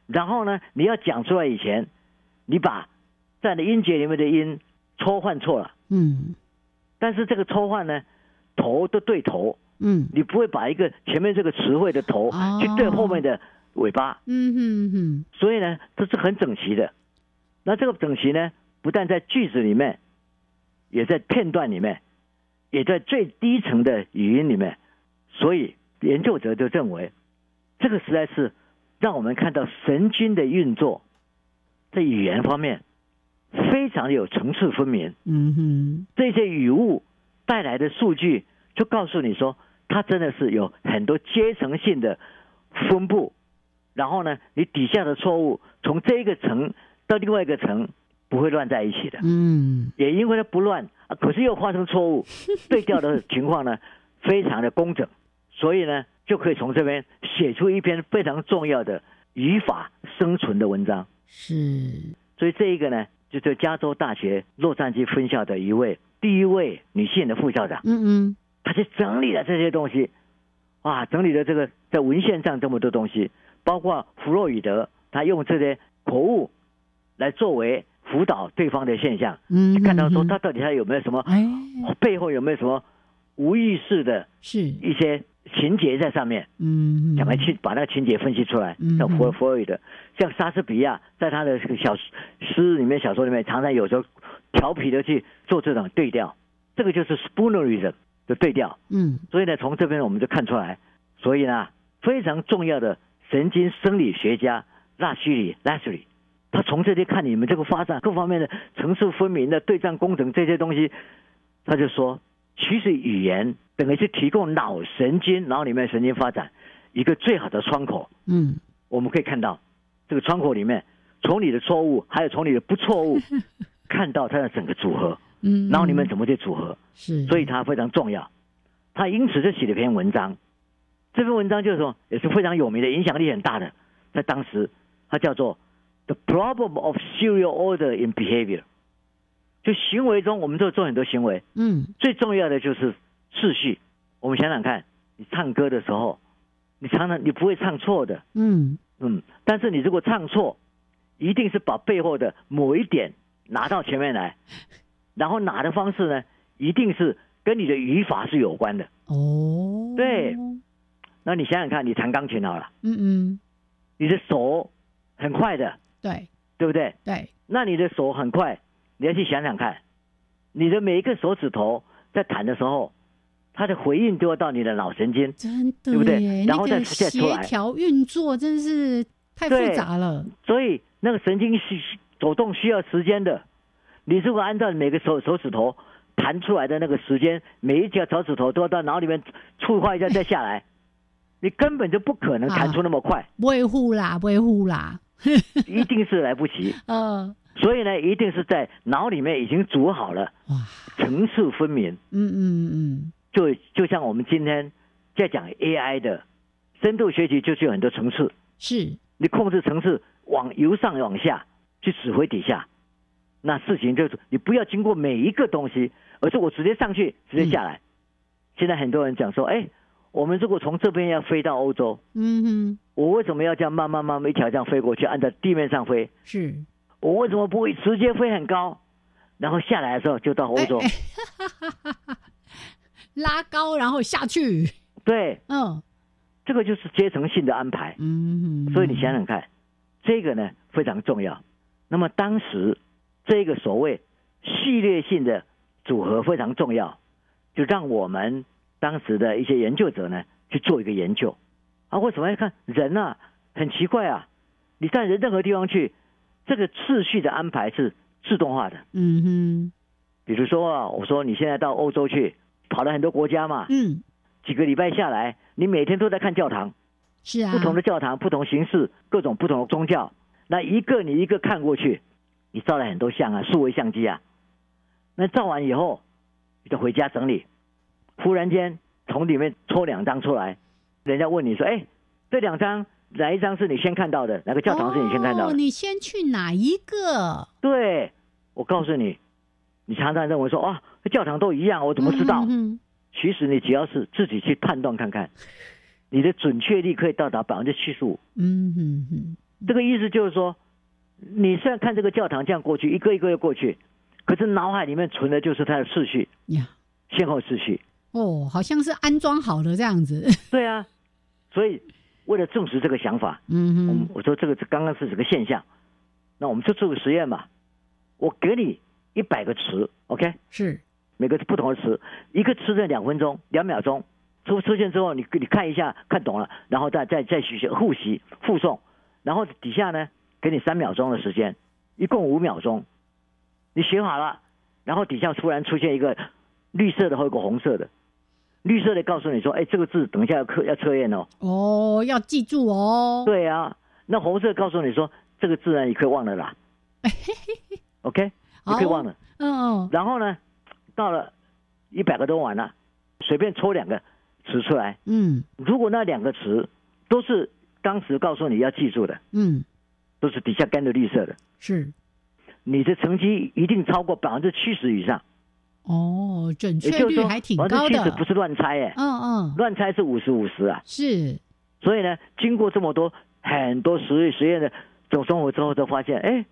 Speaker 2: 然后呢，你要讲出来以前，你把在你的音节里面的音抽换错了。
Speaker 9: 嗯
Speaker 2: 但是这个抽换呢，头都对头，
Speaker 9: 嗯
Speaker 2: 你不会把一个前面这个词汇的头
Speaker 9: 哦
Speaker 2: 去对后面的尾巴，
Speaker 9: 嗯哼哼，
Speaker 2: 所以呢，这是很整齐的。那这个整齐呢，不但在句子里面，也在片段里面，也在最低层的语音里面。所以研究者就认为，这个实在是让我们看到神经的运作，在语言方面非常有层次分明。
Speaker 9: 嗯哼，
Speaker 2: 这些语物带来的数据，就告诉你说，它真的是有很多阶层性的分布。然后呢，你底下的错误从这一个层到另外一个层不会乱在一起的，
Speaker 9: 嗯
Speaker 2: 也因为它不乱，啊可是又发生错误，对调的情况呢非常的工整，所以呢就可以从这边写出一篇非常重要的语法生存的文章。
Speaker 9: 是
Speaker 2: 所以这一个呢，就是加州大学洛杉矶分校的一位第一位女性的副校长，
Speaker 9: 嗯嗯
Speaker 2: 她去整理了这些东西，哇，整理了这个在文献上这么多东西，包括弗洛伊德，他用这些口误来作为辅导对方的现象，
Speaker 9: 嗯哼，
Speaker 2: 看到说他到底他有没有什么，
Speaker 9: 哎
Speaker 2: 背后有没有什么无意识的
Speaker 9: 是
Speaker 2: 一些情节在上面。
Speaker 9: 嗯
Speaker 2: 想来
Speaker 9: 嗯
Speaker 2: 去把那个情节分析出来
Speaker 9: 嗯。
Speaker 2: 像
Speaker 9: 嗯
Speaker 2: 弗弗洛伊德，像莎士比亚，在他的小诗里面、小说里面，常常有时候调皮的去做这种对调，这个就是 spoonerism 的对调。
Speaker 9: 嗯
Speaker 2: 所以呢，从这边我们就看出来，所以呢，非常重要的神经生理学家纳西里 l a s h l y 他从这里看你们这个发展各方面的层次分明的对仗工整这些东西，他就说，其实语言等于是提供脑神经、脑里面神经发展一个最好的窗口。
Speaker 9: 嗯
Speaker 2: 我们可以看到，这个窗口里面，从你的错误，还有从你的不错误，看到它的整个组合，
Speaker 9: 嗯，
Speaker 2: 然后你们怎
Speaker 9: 么
Speaker 2: 么去组合。
Speaker 1: 嗯
Speaker 9: 是？
Speaker 2: 所以它非常重要。他因此就写了一篇文章，这篇文章就是说也是非常有名的，影响力很大的，在当时它叫做《The Problem of Serial Order in Behavior》，就行为中我们都做很多行为，
Speaker 9: 嗯
Speaker 2: 最重要的就是秩序。我们想想看，你唱歌的时候，你常常你不会唱错的，
Speaker 9: 嗯
Speaker 2: 嗯，但是你如果唱错，一定是把背后的某一点拿到前面来，然后拿的方式呢，一定是跟你的语法是有关的。
Speaker 9: 哦，
Speaker 2: 对那你想想看，你弹钢琴好了，
Speaker 9: 嗯嗯
Speaker 2: 你的手很快的，
Speaker 9: 对
Speaker 2: 对不对？
Speaker 9: 对
Speaker 2: 那你的手很快，你要去想想看，你的每一个手指头在弹的时候，它的回应就要到你的脑神经，
Speaker 9: 真的
Speaker 2: 对不对
Speaker 9: 耶
Speaker 2: 然后
Speaker 9: 那
Speaker 2: 再
Speaker 9: 个
Speaker 2: 再出
Speaker 9: 协
Speaker 2: 来
Speaker 9: 调运作真是太复
Speaker 2: 对
Speaker 9: 杂了，
Speaker 2: 所以那个神经是走动需要时间的。你如果按照每个手手指头弹出来的那个时间，每一条脚趾头都要到脑里面触发一下再下来，你根本就不可能弹出那么快，
Speaker 1: 维护啦，维护啦，
Speaker 2: 一定是来不及。
Speaker 1: 呃，
Speaker 2: 所以呢，一定是在脑里面已经煮好了，层次分明。
Speaker 1: 嗯嗯嗯，
Speaker 2: 就就像我们今天在讲 AI 的深度学习，就是有很多层次，
Speaker 1: 是
Speaker 2: 你控制层次往由上往下去指挥底下，那事情就是你不要经过每一个东西，而是我直接上去，直接下来。现在很多人讲说，哎，我们如果从这边要飞到欧洲，
Speaker 1: 嗯哼，
Speaker 2: 我为什么要这样慢慢慢慢一条这样飞过去，按照地面上飞？
Speaker 1: 是
Speaker 2: 我为什么不会直接飞很高，然后下来的时候就到欧
Speaker 1: 哎
Speaker 2: 洲？
Speaker 1: <laughs> 拉高然后下去，
Speaker 2: 对，
Speaker 1: 嗯
Speaker 2: 这个就是阶层性的安排。
Speaker 1: 嗯，
Speaker 2: 所以你想想看，这个呢非常重要。那么当时这个所谓序列性的组合非常重要，就让我们当时的一些研究者呢去做一个研究啊，为什么要看人啊？很奇怪啊，你到人任何地方去，这个次序的安排是自动化的。
Speaker 1: 嗯
Speaker 2: 比如说啊，我说你现在到欧洲去，跑了很多国家嘛，
Speaker 1: 哼，嗯，
Speaker 2: 几个礼拜下来，你每天都在看教堂，
Speaker 1: 是啊，
Speaker 2: 不同的教堂、不同形式、各种不同的宗教，那一个你一个看过去，你照了很多相啊，数位相机啊，那照完以后，你就回家整理，忽然间从里面抽两张出来，人家问你说：“哎，这两张哪一张是你先看到的？哪个教堂是你先看到的？”
Speaker 1: 哦，你先去哪一个？
Speaker 2: 对，我告诉你，你常常认为说啊，教堂都一样，我怎么知道？
Speaker 1: 嗯
Speaker 2: 其实你只要是自己去判断看看，你的准确率可以到达百分之七十五。
Speaker 1: 嗯哼哼，
Speaker 2: 这个意思就是说，你虽然看这个教堂这样过去，一个一个又过去，可是脑海里面存的就是它的次序、
Speaker 1: 呀，
Speaker 2: 先后次序。
Speaker 1: 哦，好像是安装好了这样子， <laughs>
Speaker 2: 对啊，所以为了证实这个想法，
Speaker 1: 嗯哼，
Speaker 2: 我说这个刚刚是这个现象，那我们就做个实验吧。我给你一百个词，OK？
Speaker 1: 是，
Speaker 2: 每个不同的词，一个词呢两分钟、两秒钟，出出现之后你你看一下看懂了，然后再再再学习复习复诵，然后底下呢给你三秒钟的时间，一共五秒钟，你写好了，然后底下突然出现一个绿色的和一个红色的，绿色的告诉你说，哎，这个字等一下要测要测验哦，
Speaker 1: 哦，要记住哦，
Speaker 2: 对啊，那红色告诉你说哎这个字呢你可以忘了啦，OK，你可以忘了。
Speaker 1: 嗯，嗯
Speaker 2: 然后呢，到了一百个都完了，随便抽两个词出来。
Speaker 1: 嗯
Speaker 2: 如果那两个词都是当时告诉你要记住的，
Speaker 1: 嗯，
Speaker 2: 都是底下干的绿色的，
Speaker 1: 是，
Speaker 2: 你的成绩一定超过百分之七十以上。
Speaker 1: 哦，准
Speaker 2: 也
Speaker 1: 确
Speaker 2: 就
Speaker 1: 率
Speaker 2: 是说，
Speaker 1: 还挺
Speaker 2: 百
Speaker 1: 高
Speaker 2: 分之七十
Speaker 1: 的，
Speaker 2: 不是乱猜耶，
Speaker 1: 嗯嗯，
Speaker 2: 乱猜是五十五十啊。
Speaker 1: 是，
Speaker 2: 所以呢，经过这么多很多实验实验的总生活之后，才发现，哎，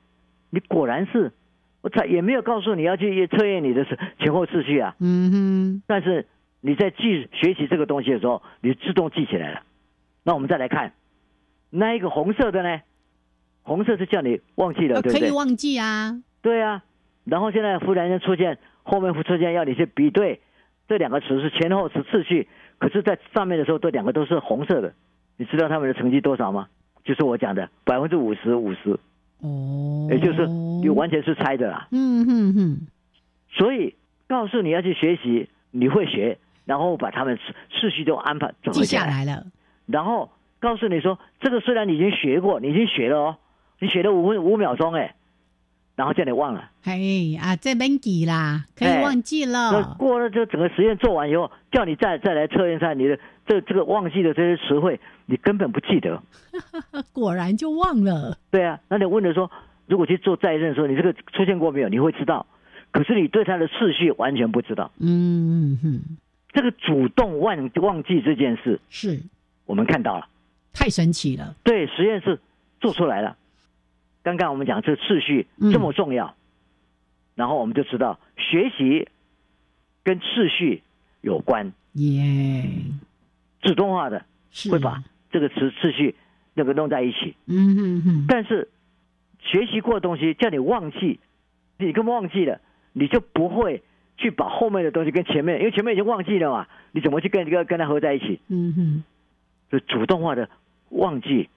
Speaker 2: 你果然是，我才也没有告诉你要去测验你的前后次序啊。
Speaker 1: 嗯
Speaker 2: 但是你在记学习这个东西的时候，你自动记起来了。那我们再来看，那一个红色的呢？红色是叫你忘记
Speaker 1: 哼，
Speaker 2: 了，对
Speaker 1: 可
Speaker 2: 不
Speaker 1: 以
Speaker 2: 对？
Speaker 1: 忘记啊，
Speaker 2: 对啊。然后现在忽然间出现，后面出现要你去比对这两个词是前后词次序，可是在上面的时候，这两个都是红色的。你知道他们的成绩多少吗？就是我讲的百分之五十五十，
Speaker 1: 哦，
Speaker 2: 也就是你完全是猜的啦。
Speaker 1: 嗯哼哼，
Speaker 2: 所以告诉你要去学习，你会学，然后把他们次次序都安排整合
Speaker 1: 记
Speaker 2: 起
Speaker 1: 下
Speaker 2: 来。
Speaker 1: 来了，
Speaker 2: 然后告诉你说，这个虽然你已经学过，你已经学了哦，你学了五分五秒钟哎，然后叫你忘了。
Speaker 1: 嘿啊，这边记啦，可以
Speaker 2: 哎
Speaker 1: 忘记
Speaker 2: 那
Speaker 1: 了，
Speaker 2: 过了这整个实验做完以后，叫你再再来测验一下你的这这个忘记的这些词汇，你根本不记得。
Speaker 1: 果然就忘了，
Speaker 2: 对啊，那你问的说，如果去做再认的时候，你这个出现过没有？你会知道，可是你对它的次序完全不知道。
Speaker 1: 嗯哼，
Speaker 2: 这个主动忘忘记这件事，
Speaker 1: 是
Speaker 2: 我们看到了。
Speaker 1: 太神奇了，
Speaker 2: 对，实验室做出来了。刚刚我们讲这次序这么重要，然后我们就知道学习跟次序有关，
Speaker 1: 耶，
Speaker 2: 自动化的
Speaker 1: 是
Speaker 2: 会把这个词次序那个弄在一起。
Speaker 1: 嗯哼哼，
Speaker 2: 但是学习过的东西叫你忘记，你根本忘记了，你就不会去把后面的东西跟前面，因为前面已经忘记了嘛，你怎么去跟跟跟它合在一起？
Speaker 1: 嗯哼，
Speaker 2: 就主动化的忘记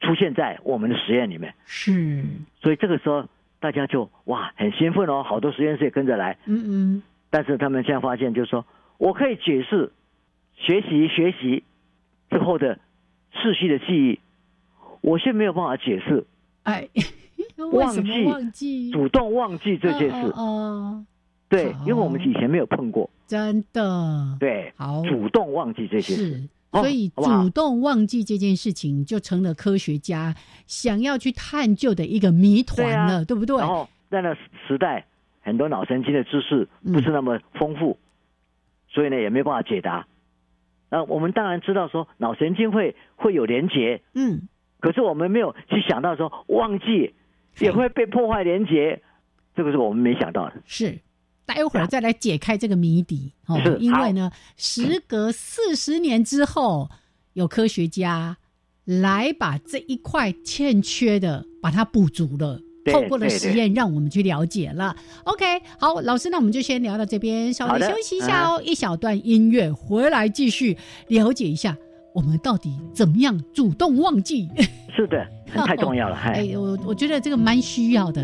Speaker 2: 出现在我们的实验里面。
Speaker 1: 是，
Speaker 2: 所以这个时候大家就哇很兴奋哦，好多实验室也跟着来。
Speaker 1: 嗯嗯，
Speaker 2: 但是他们现在发现，就是说我可以解释学习学习之后的持续的记忆，我现在没有办法解释
Speaker 1: 哎，为
Speaker 2: 忘
Speaker 1: 什
Speaker 2: 记
Speaker 1: 么忘记？
Speaker 2: 主动忘记这件事
Speaker 1: 哦。哦，
Speaker 2: 对，因为我们以前没有碰过，
Speaker 1: 真的，
Speaker 2: 对，
Speaker 1: 好
Speaker 2: 主动忘记这件事
Speaker 1: 嗯是。。
Speaker 2: 哦
Speaker 1: 所以
Speaker 2: 好不好
Speaker 1: 主动忘记这件事情，就成了科学家想要去探究的一个谜团
Speaker 2: 对啊
Speaker 1: 了，对不对？
Speaker 2: 然后在那时代，很多脑神经的知识
Speaker 1: 嗯
Speaker 2: 不是那么丰富，所以呢也没办法解答。那我们当然知道说脑神经会会有连结，
Speaker 1: 嗯，
Speaker 2: 可是我们没有去想到说忘记也会被破坏连结，这个是我们没想到的。
Speaker 1: 是，待
Speaker 10: 啊
Speaker 1: 会儿再来解开这个谜底哦
Speaker 2: 是。
Speaker 1: 因为呢，时隔四十年之后，有科学家来把这一块欠缺的把它补足了。
Speaker 10: 对
Speaker 1: 透过了
Speaker 10: 对对
Speaker 1: 实验，让我们去了解了。OK，好，老师，那我们就先聊到这边，稍
Speaker 10: 好
Speaker 1: 微
Speaker 10: 的
Speaker 1: 休息一下哦，一小段音乐，回来继续了解一下我们到底怎么样主动忘记。
Speaker 10: 哎
Speaker 2: 是的，太重要了。
Speaker 1: 哦
Speaker 2: 嗨
Speaker 1: 哎，我我觉得这个蛮需要的。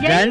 Speaker 3: 人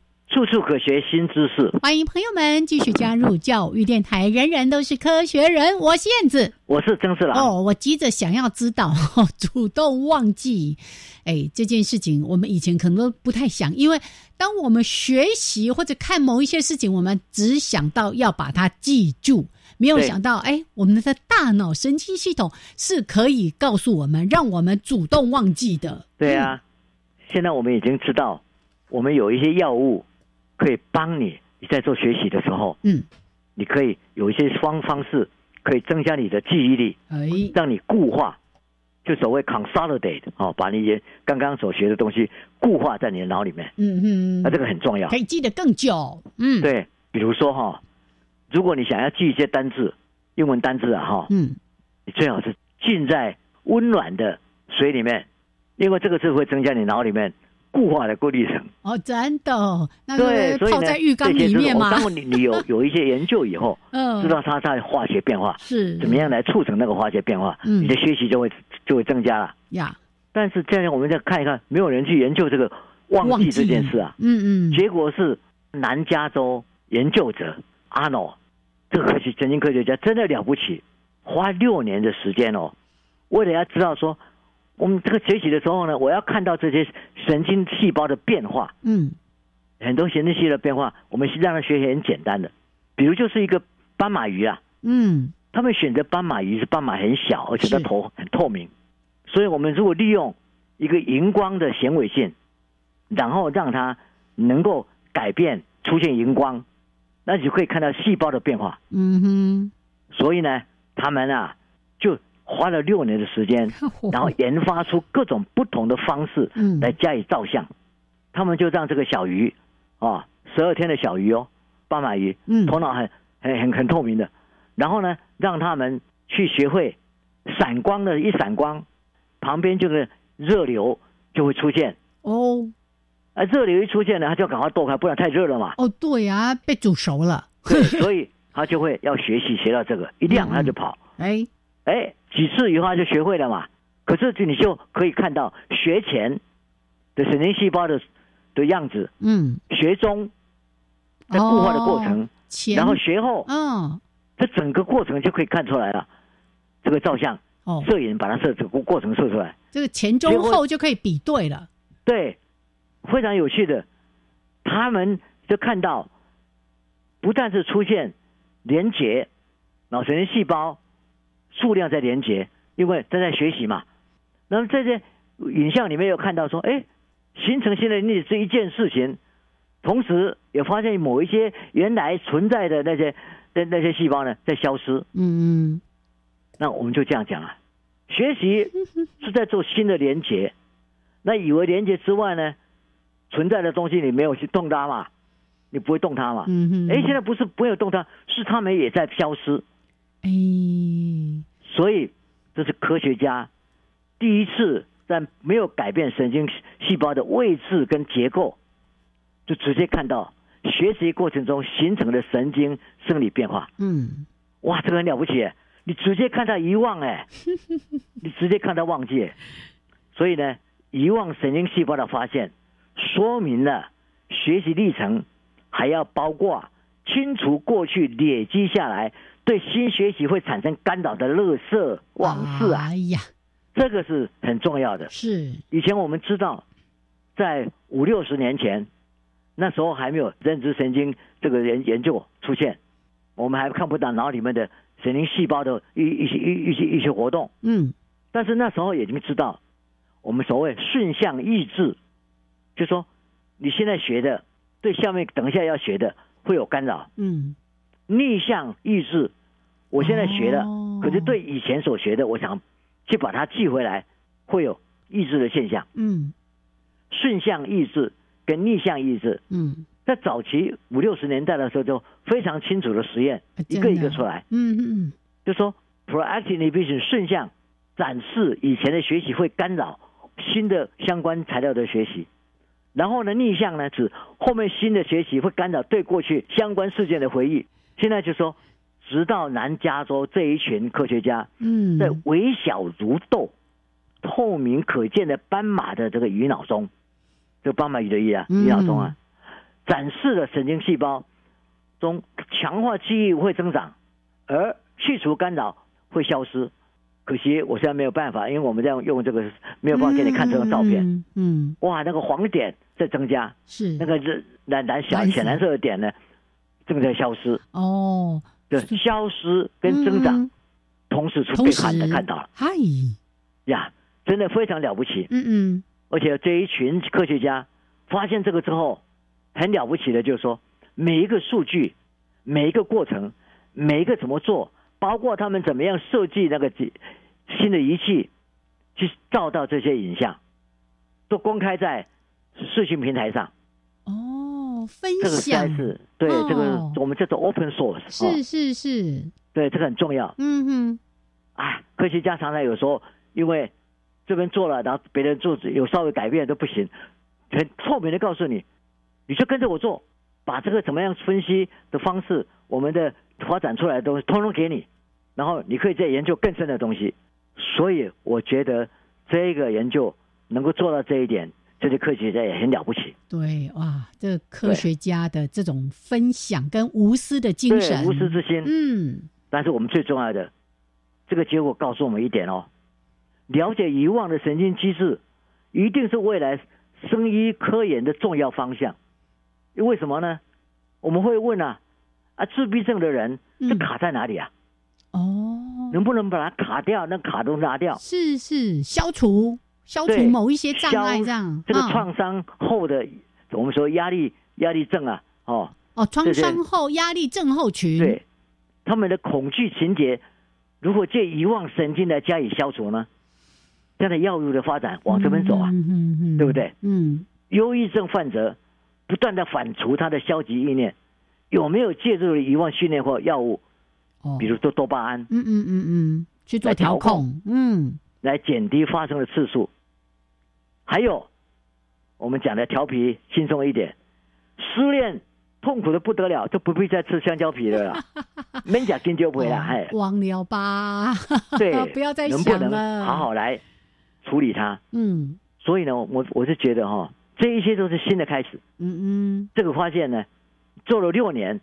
Speaker 2: 处处可学新知识。
Speaker 1: 欢迎朋友们继续加入教育电台，人人都是科学人，我是燕子。
Speaker 2: 我是啊曾志郎。
Speaker 1: 哦，我急着想要知道， <laughs> 哦主动忘记，哎，这件事情我们以前可能都不太想，因为当我们学习或者看某一些事情，我们只想到要把它记住，没有
Speaker 10: 对
Speaker 1: 想到，哎，我们的大脑神经系统是可以告诉我们，让我们主动忘记的。
Speaker 2: 对啊，现在我们已经知道，我们有一些药物可以帮你，你在做学习的时候，
Speaker 1: 嗯，
Speaker 2: 你可以有一些方方式可以增加你的记忆力，
Speaker 1: 哎，
Speaker 2: 让你固化，就所谓 consolidate 哦，把你也刚刚所学的东西固化在你的脑里面，
Speaker 1: 嗯
Speaker 2: 那、
Speaker 1: 嗯，
Speaker 2: 这个很重要
Speaker 1: 可。以记得更久。嗯，
Speaker 2: 对，比如说哈、如果你想要记一些单字，英文单字啊哈、
Speaker 1: 嗯，
Speaker 2: 你最好是浸在温暖的水里面，因为这个是会增加你脑里面固化的过滤层。
Speaker 1: 哦，真的哦，那
Speaker 2: 对，
Speaker 1: 是
Speaker 2: 所以
Speaker 1: 泡
Speaker 2: 呢，
Speaker 1: 在浴缸里面
Speaker 2: 嘛。
Speaker 1: 吗？，
Speaker 2: 当你你有有一些研究以后
Speaker 1: <laughs> 嗯
Speaker 2: 知道它在化学变化
Speaker 1: 是
Speaker 2: 怎么样来促成那个化学变化，
Speaker 1: 嗯
Speaker 2: 你的学习就会就会增加了。
Speaker 1: 呀？
Speaker 2: 但是这样我们再看一看，没有人去研究这个忘记这件事啊。
Speaker 1: 嗯嗯，
Speaker 2: 结果是南加州研究者阿诺，这个科学神经科学家真的了不起，花六年的时间哦，为了要知道说，我们这个学习的时候呢，我要看到这些神经细胞的变化，
Speaker 1: 嗯，
Speaker 2: 很多神经系的变化，我们是让它学习很简单的，比如就是一个斑马鱼啊，
Speaker 1: 嗯，
Speaker 2: 他们选择斑马鱼是斑马很小，而且它
Speaker 1: 是
Speaker 2: 头很透明，所以我们如果利用一个荧光的显微镜，然后让它能够改变出现荧光，那你就可以看到细胞的变化。
Speaker 1: 嗯哼，
Speaker 2: 所以呢，他们啊就花了六年的时间，然后研发出各种不同的方式
Speaker 9: 嗯
Speaker 2: 来加以照相。他们就让这个小鱼啊，十二天的小鱼哦，斑马鱼，
Speaker 9: 嗯
Speaker 2: 头脑很很很很透明的，然后呢，让他们去学会闪光的，一闪光，旁边这个热流就会出现。
Speaker 9: 哦
Speaker 2: 啊，热流一出现呢，它就赶快躲开，不然太热了
Speaker 9: <laughs>
Speaker 2: 嘛。
Speaker 9: 哦，对呀、被煮熟了，
Speaker 2: 对，所以它就会要学习学到这个，一亮它就跑。
Speaker 9: 哎，
Speaker 2: 哎，几次以后它就学会了嘛。可是你就可以看到学前的神经细胞的的样子，
Speaker 9: 嗯，
Speaker 2: 学中在固化的过程，
Speaker 9: 哦前
Speaker 2: 然后学后，
Speaker 9: 嗯，
Speaker 2: 这整个过程就可以看出来了。这个照相，
Speaker 9: 哦
Speaker 2: 摄影把它摄这个过程摄出来，
Speaker 9: 这个前中
Speaker 2: 结果
Speaker 9: 后就可以比对了，
Speaker 2: 对，非常有趣的。他们就看到，不但是出现连结，脑神经细胞数量在连结，因为正在学习嘛。那么这些影像里面有看到说，哎，形成新的例子一件事情，同时也发现某一些原来存在的那些那那些细胞呢在消失。
Speaker 9: 嗯嗯，
Speaker 2: 那我们就这样讲啊，学习是在做新的连接。那以为连接之外呢，存在的东西你没有去动它嘛，你不会动它嘛。
Speaker 9: 嗯哼
Speaker 2: 哎，现在不是没有动它，是它们也在消失。
Speaker 9: 哎，
Speaker 2: 所以这是科学家第一次在没有改变神经细胞的位置跟结构，就直接看到学习过程中形成的神经生理变化。
Speaker 9: 嗯，
Speaker 2: 哇，这个很了不起耶，你直接看他遗忘哎，你直接看他忘记耶，所以呢，遗忘神经细胞的发现，说明了学习历程还要包括清除过去累积下来对新学习会产生干扰的垃圾往事啊，
Speaker 9: 哎呀，
Speaker 2: 这个是很重要的。
Speaker 9: 是，
Speaker 2: 以前我们知道，在五六十年前，那时候还没有认知神经这个研研究出现，我们还看不到脑里面的神经细胞的一一些一一些一些活动。
Speaker 9: 嗯，
Speaker 2: 但是那时候已经知道，我们所谓顺向抑制，就说你现在学的对下面等一下要学的会有干扰；
Speaker 9: 嗯，
Speaker 2: 逆向抑制，我现在学了，
Speaker 9: 哦
Speaker 2: 可是对以前所学的，我想去把它记回来，会有抑制的现象。
Speaker 9: 嗯
Speaker 2: 顺向抑制跟逆向抑制，
Speaker 9: 嗯
Speaker 2: 在早期五六十年代的时候就非常清楚的实验，一个一个出来，
Speaker 9: 嗯嗯
Speaker 2: 就说 proactive inhibition 顺向展示以前的学习会干扰新的相关材料的学习，然后呢逆向呢指后面新的学习会干扰对过去相关事件的回忆。现在就说，直到南加州这一群科学家
Speaker 9: 嗯，
Speaker 2: 在微小如豆、透明可见的斑马的这个鱼脑中，这个斑马鱼的鱼啊，
Speaker 9: 嗯
Speaker 2: 鱼脑中啊，展示了神经细胞中强化记忆会增长，而去除干扰会消失。可惜我现在没有办法，因为我们在用这个没有办法给你看这个照片。
Speaker 9: 嗯，嗯，
Speaker 2: 哇，那个黄点在增加，
Speaker 9: 是
Speaker 2: 那个是蓝蓝小
Speaker 9: 蓝色
Speaker 2: 浅蓝色的点呢正在消失，
Speaker 9: 哦，
Speaker 2: 对，消失跟增
Speaker 9: 嗯
Speaker 2: 长
Speaker 9: 嗯
Speaker 2: 同时出
Speaker 9: 同
Speaker 2: 被
Speaker 9: 时
Speaker 2: 看的看到了。
Speaker 9: 嗨，
Speaker 2: 呀，真的非常了不起。
Speaker 9: 嗯嗯
Speaker 2: 而且这一群科学家发现这个之后，很了不起的，就是说每一个数据、每一个过程、每一个怎么做，包括他们怎么样设计那个机新的仪器去照到这些影像，都公开在视讯平台上。
Speaker 9: 哦，分
Speaker 2: 这个实在
Speaker 9: 享
Speaker 2: 是对、
Speaker 9: 哦
Speaker 2: 这个我们叫做 open source，
Speaker 9: 是
Speaker 2: 哦，
Speaker 9: 是是，
Speaker 2: 对这个很重要。
Speaker 9: 嗯哼，
Speaker 2: 啊，科学家常常有时候因为这边做了，然后别人做有稍微改变都不行，很透明的告诉你，你就跟着我做，把这个怎么样分析的方式，我们的发展出来的东西，通通给你，然后你可以再研究更深的东西。所以我觉得这个研究能够做到这一点，这些科学家也很了不起，
Speaker 9: 对，哇，这科
Speaker 2: 对
Speaker 9: 学家的这种分享跟无私的精神，
Speaker 2: 对无私之心。
Speaker 9: 嗯，
Speaker 2: 但是我们最重要的，这个结果告诉我们一点哦，了解遗忘的神经机制，一定是未来生医科研的重要方向。为什么呢？我们会问啊，啊，自闭症的人
Speaker 9: 嗯
Speaker 2: 这卡在哪里啊？
Speaker 9: 哦，
Speaker 2: 能不能把它卡掉？那卡都拿掉，
Speaker 9: 是是，消除消除
Speaker 2: 对
Speaker 9: 某一些障
Speaker 2: 消
Speaker 9: 碍，这样，
Speaker 2: 这个
Speaker 9: 嗯
Speaker 2: 创伤后的，我们说压力压力症啊，哦，
Speaker 9: 哦，创
Speaker 2: 这些
Speaker 9: 伤后压力症候群，
Speaker 2: 对，他们的恐惧情节如果借遗忘神经来加以消除呢？这样的药物的发展往这边走啊，
Speaker 1: 嗯嗯
Speaker 2: 对不对？
Speaker 1: 嗯，
Speaker 2: 忧郁症患者不断的反刍他的消极意念，有没有介入遗忘训练或药物？
Speaker 1: 哦
Speaker 2: 比如说多巴胺，
Speaker 1: 嗯嗯嗯嗯，去做
Speaker 2: 来
Speaker 1: 调
Speaker 2: 调
Speaker 1: 控，嗯，
Speaker 2: 来减低发生的次数。还有，我们讲的调皮轻松一点，失恋痛苦的不得了，就不必再吃香蕉皮了啦，免讲金就不回来，哎，
Speaker 1: 哦忘了吧， <laughs>，
Speaker 2: 对
Speaker 1: 不要再
Speaker 2: 能不
Speaker 1: 想
Speaker 2: 能
Speaker 1: 了，
Speaker 2: 好好来处理它？
Speaker 1: 嗯
Speaker 2: 所以呢，我我是觉得哈、这一切都是新的开始。
Speaker 1: 嗯嗯，
Speaker 2: 这个发现呢，做了六年，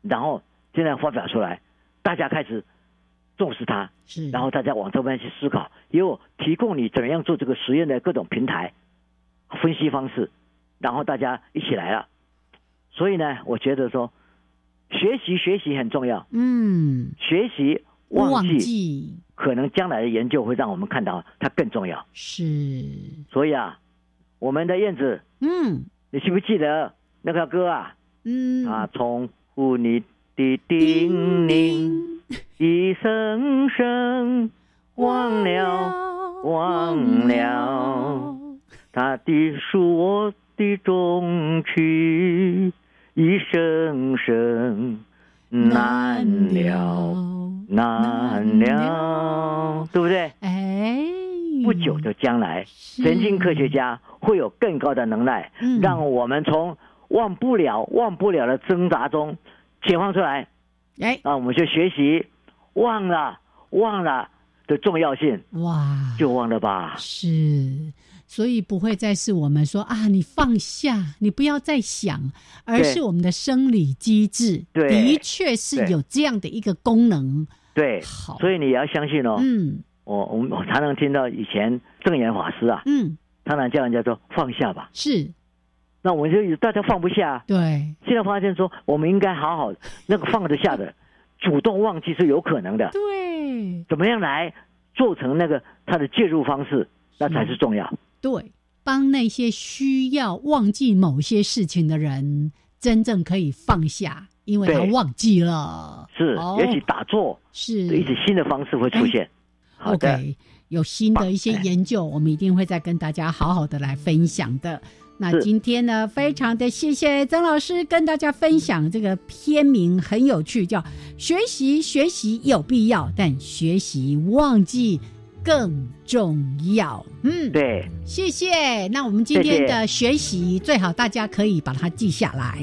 Speaker 2: 然后现在发表出来，哎大家开始重视它，
Speaker 9: 嗯
Speaker 1: 是，
Speaker 2: 然后大家往这边去思考，也有提供你怎样做这个实验的各种平台、分析方式，然后大家一起来了。所以呢，我觉得说，学习学习很重要，
Speaker 1: 嗯，
Speaker 2: 学习忘
Speaker 1: 忘
Speaker 2: 记
Speaker 1: 记
Speaker 2: 可能将来的研究会让我们看到它更重要。
Speaker 1: 是，
Speaker 2: 所以啊，我们的燕子，
Speaker 1: 嗯
Speaker 2: 你记不记得那个歌啊？
Speaker 1: 嗯
Speaker 2: 啊，重复你的叮咛，一声声忘了，忘了，他的是我的终曲，一声声难了，难了，对不对？
Speaker 1: 哎，
Speaker 2: 不久的将来，神经科学家会有更高的能耐，
Speaker 1: 嗯
Speaker 2: 让我们从忘不了、忘不了的挣扎中解放出来。啊
Speaker 1: 哎，
Speaker 2: 那我们就学习忘了、忘了的重要性，
Speaker 1: 哇，
Speaker 2: 就忘了吧。
Speaker 1: 是，所以不会再是我们说啊，你放下，你不要再想，而
Speaker 2: 对
Speaker 1: 是我们的生理机制，
Speaker 2: 对
Speaker 1: 的确是
Speaker 2: 对
Speaker 1: 有这样的一个功能。
Speaker 2: 对，
Speaker 1: 好
Speaker 2: 所以你也要相信哦。
Speaker 1: 嗯
Speaker 2: 我我我常常听到以前正言法师啊，
Speaker 1: 嗯，
Speaker 2: 常常叫人家说放下吧。
Speaker 1: 是
Speaker 2: 那我就大家放不下，
Speaker 1: 对，
Speaker 2: 现在发现说我们应该好好那个放得下的，主动忘记是有可能的。
Speaker 1: 对
Speaker 2: 怎么样来做成那个他的介入方式，那才是重要。
Speaker 1: 对，帮那些需要忘记某些事情的人，真正可以放下，因为他
Speaker 2: 对
Speaker 1: 忘记了。
Speaker 2: 是，
Speaker 1: 哦
Speaker 2: 也许打坐
Speaker 1: 是
Speaker 2: 一些新的方式会出现。好的
Speaker 1: OK，有新的一些研究，我们一定会再跟大家好好的来分享的。那
Speaker 11: 是
Speaker 1: 今天呢，非常的谢谢曾老师跟大家分享这个片名很有趣，叫“学习学习有必要，但学习忘记更重要”。嗯， <laughs>
Speaker 2: 对，
Speaker 1: 谢谢。那我们今天的学习最好大家可以把它记下来。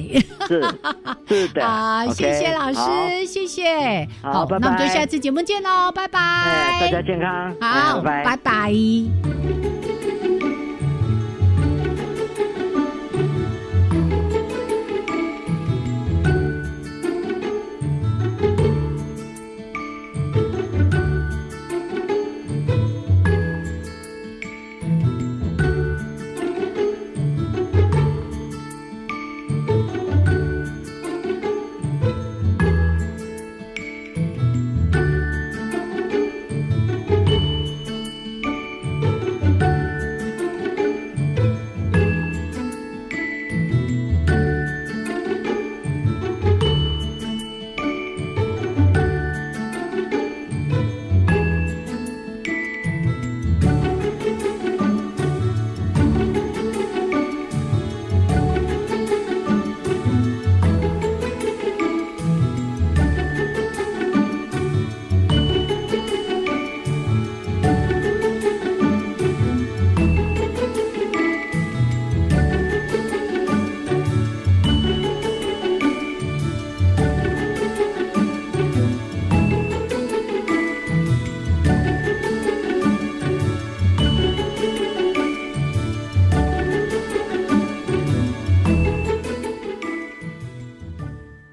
Speaker 2: 是是的。
Speaker 1: <laughs> 好，
Speaker 2: OK，
Speaker 1: 谢谢老
Speaker 2: 好
Speaker 1: 师，谢谢。
Speaker 2: 好拜哎
Speaker 1: 那我们就
Speaker 2: 拜
Speaker 1: 下次节目见喽，拜拜。
Speaker 2: 大家健康，哎
Speaker 1: 好，
Speaker 2: 拜拜。
Speaker 1: 拜拜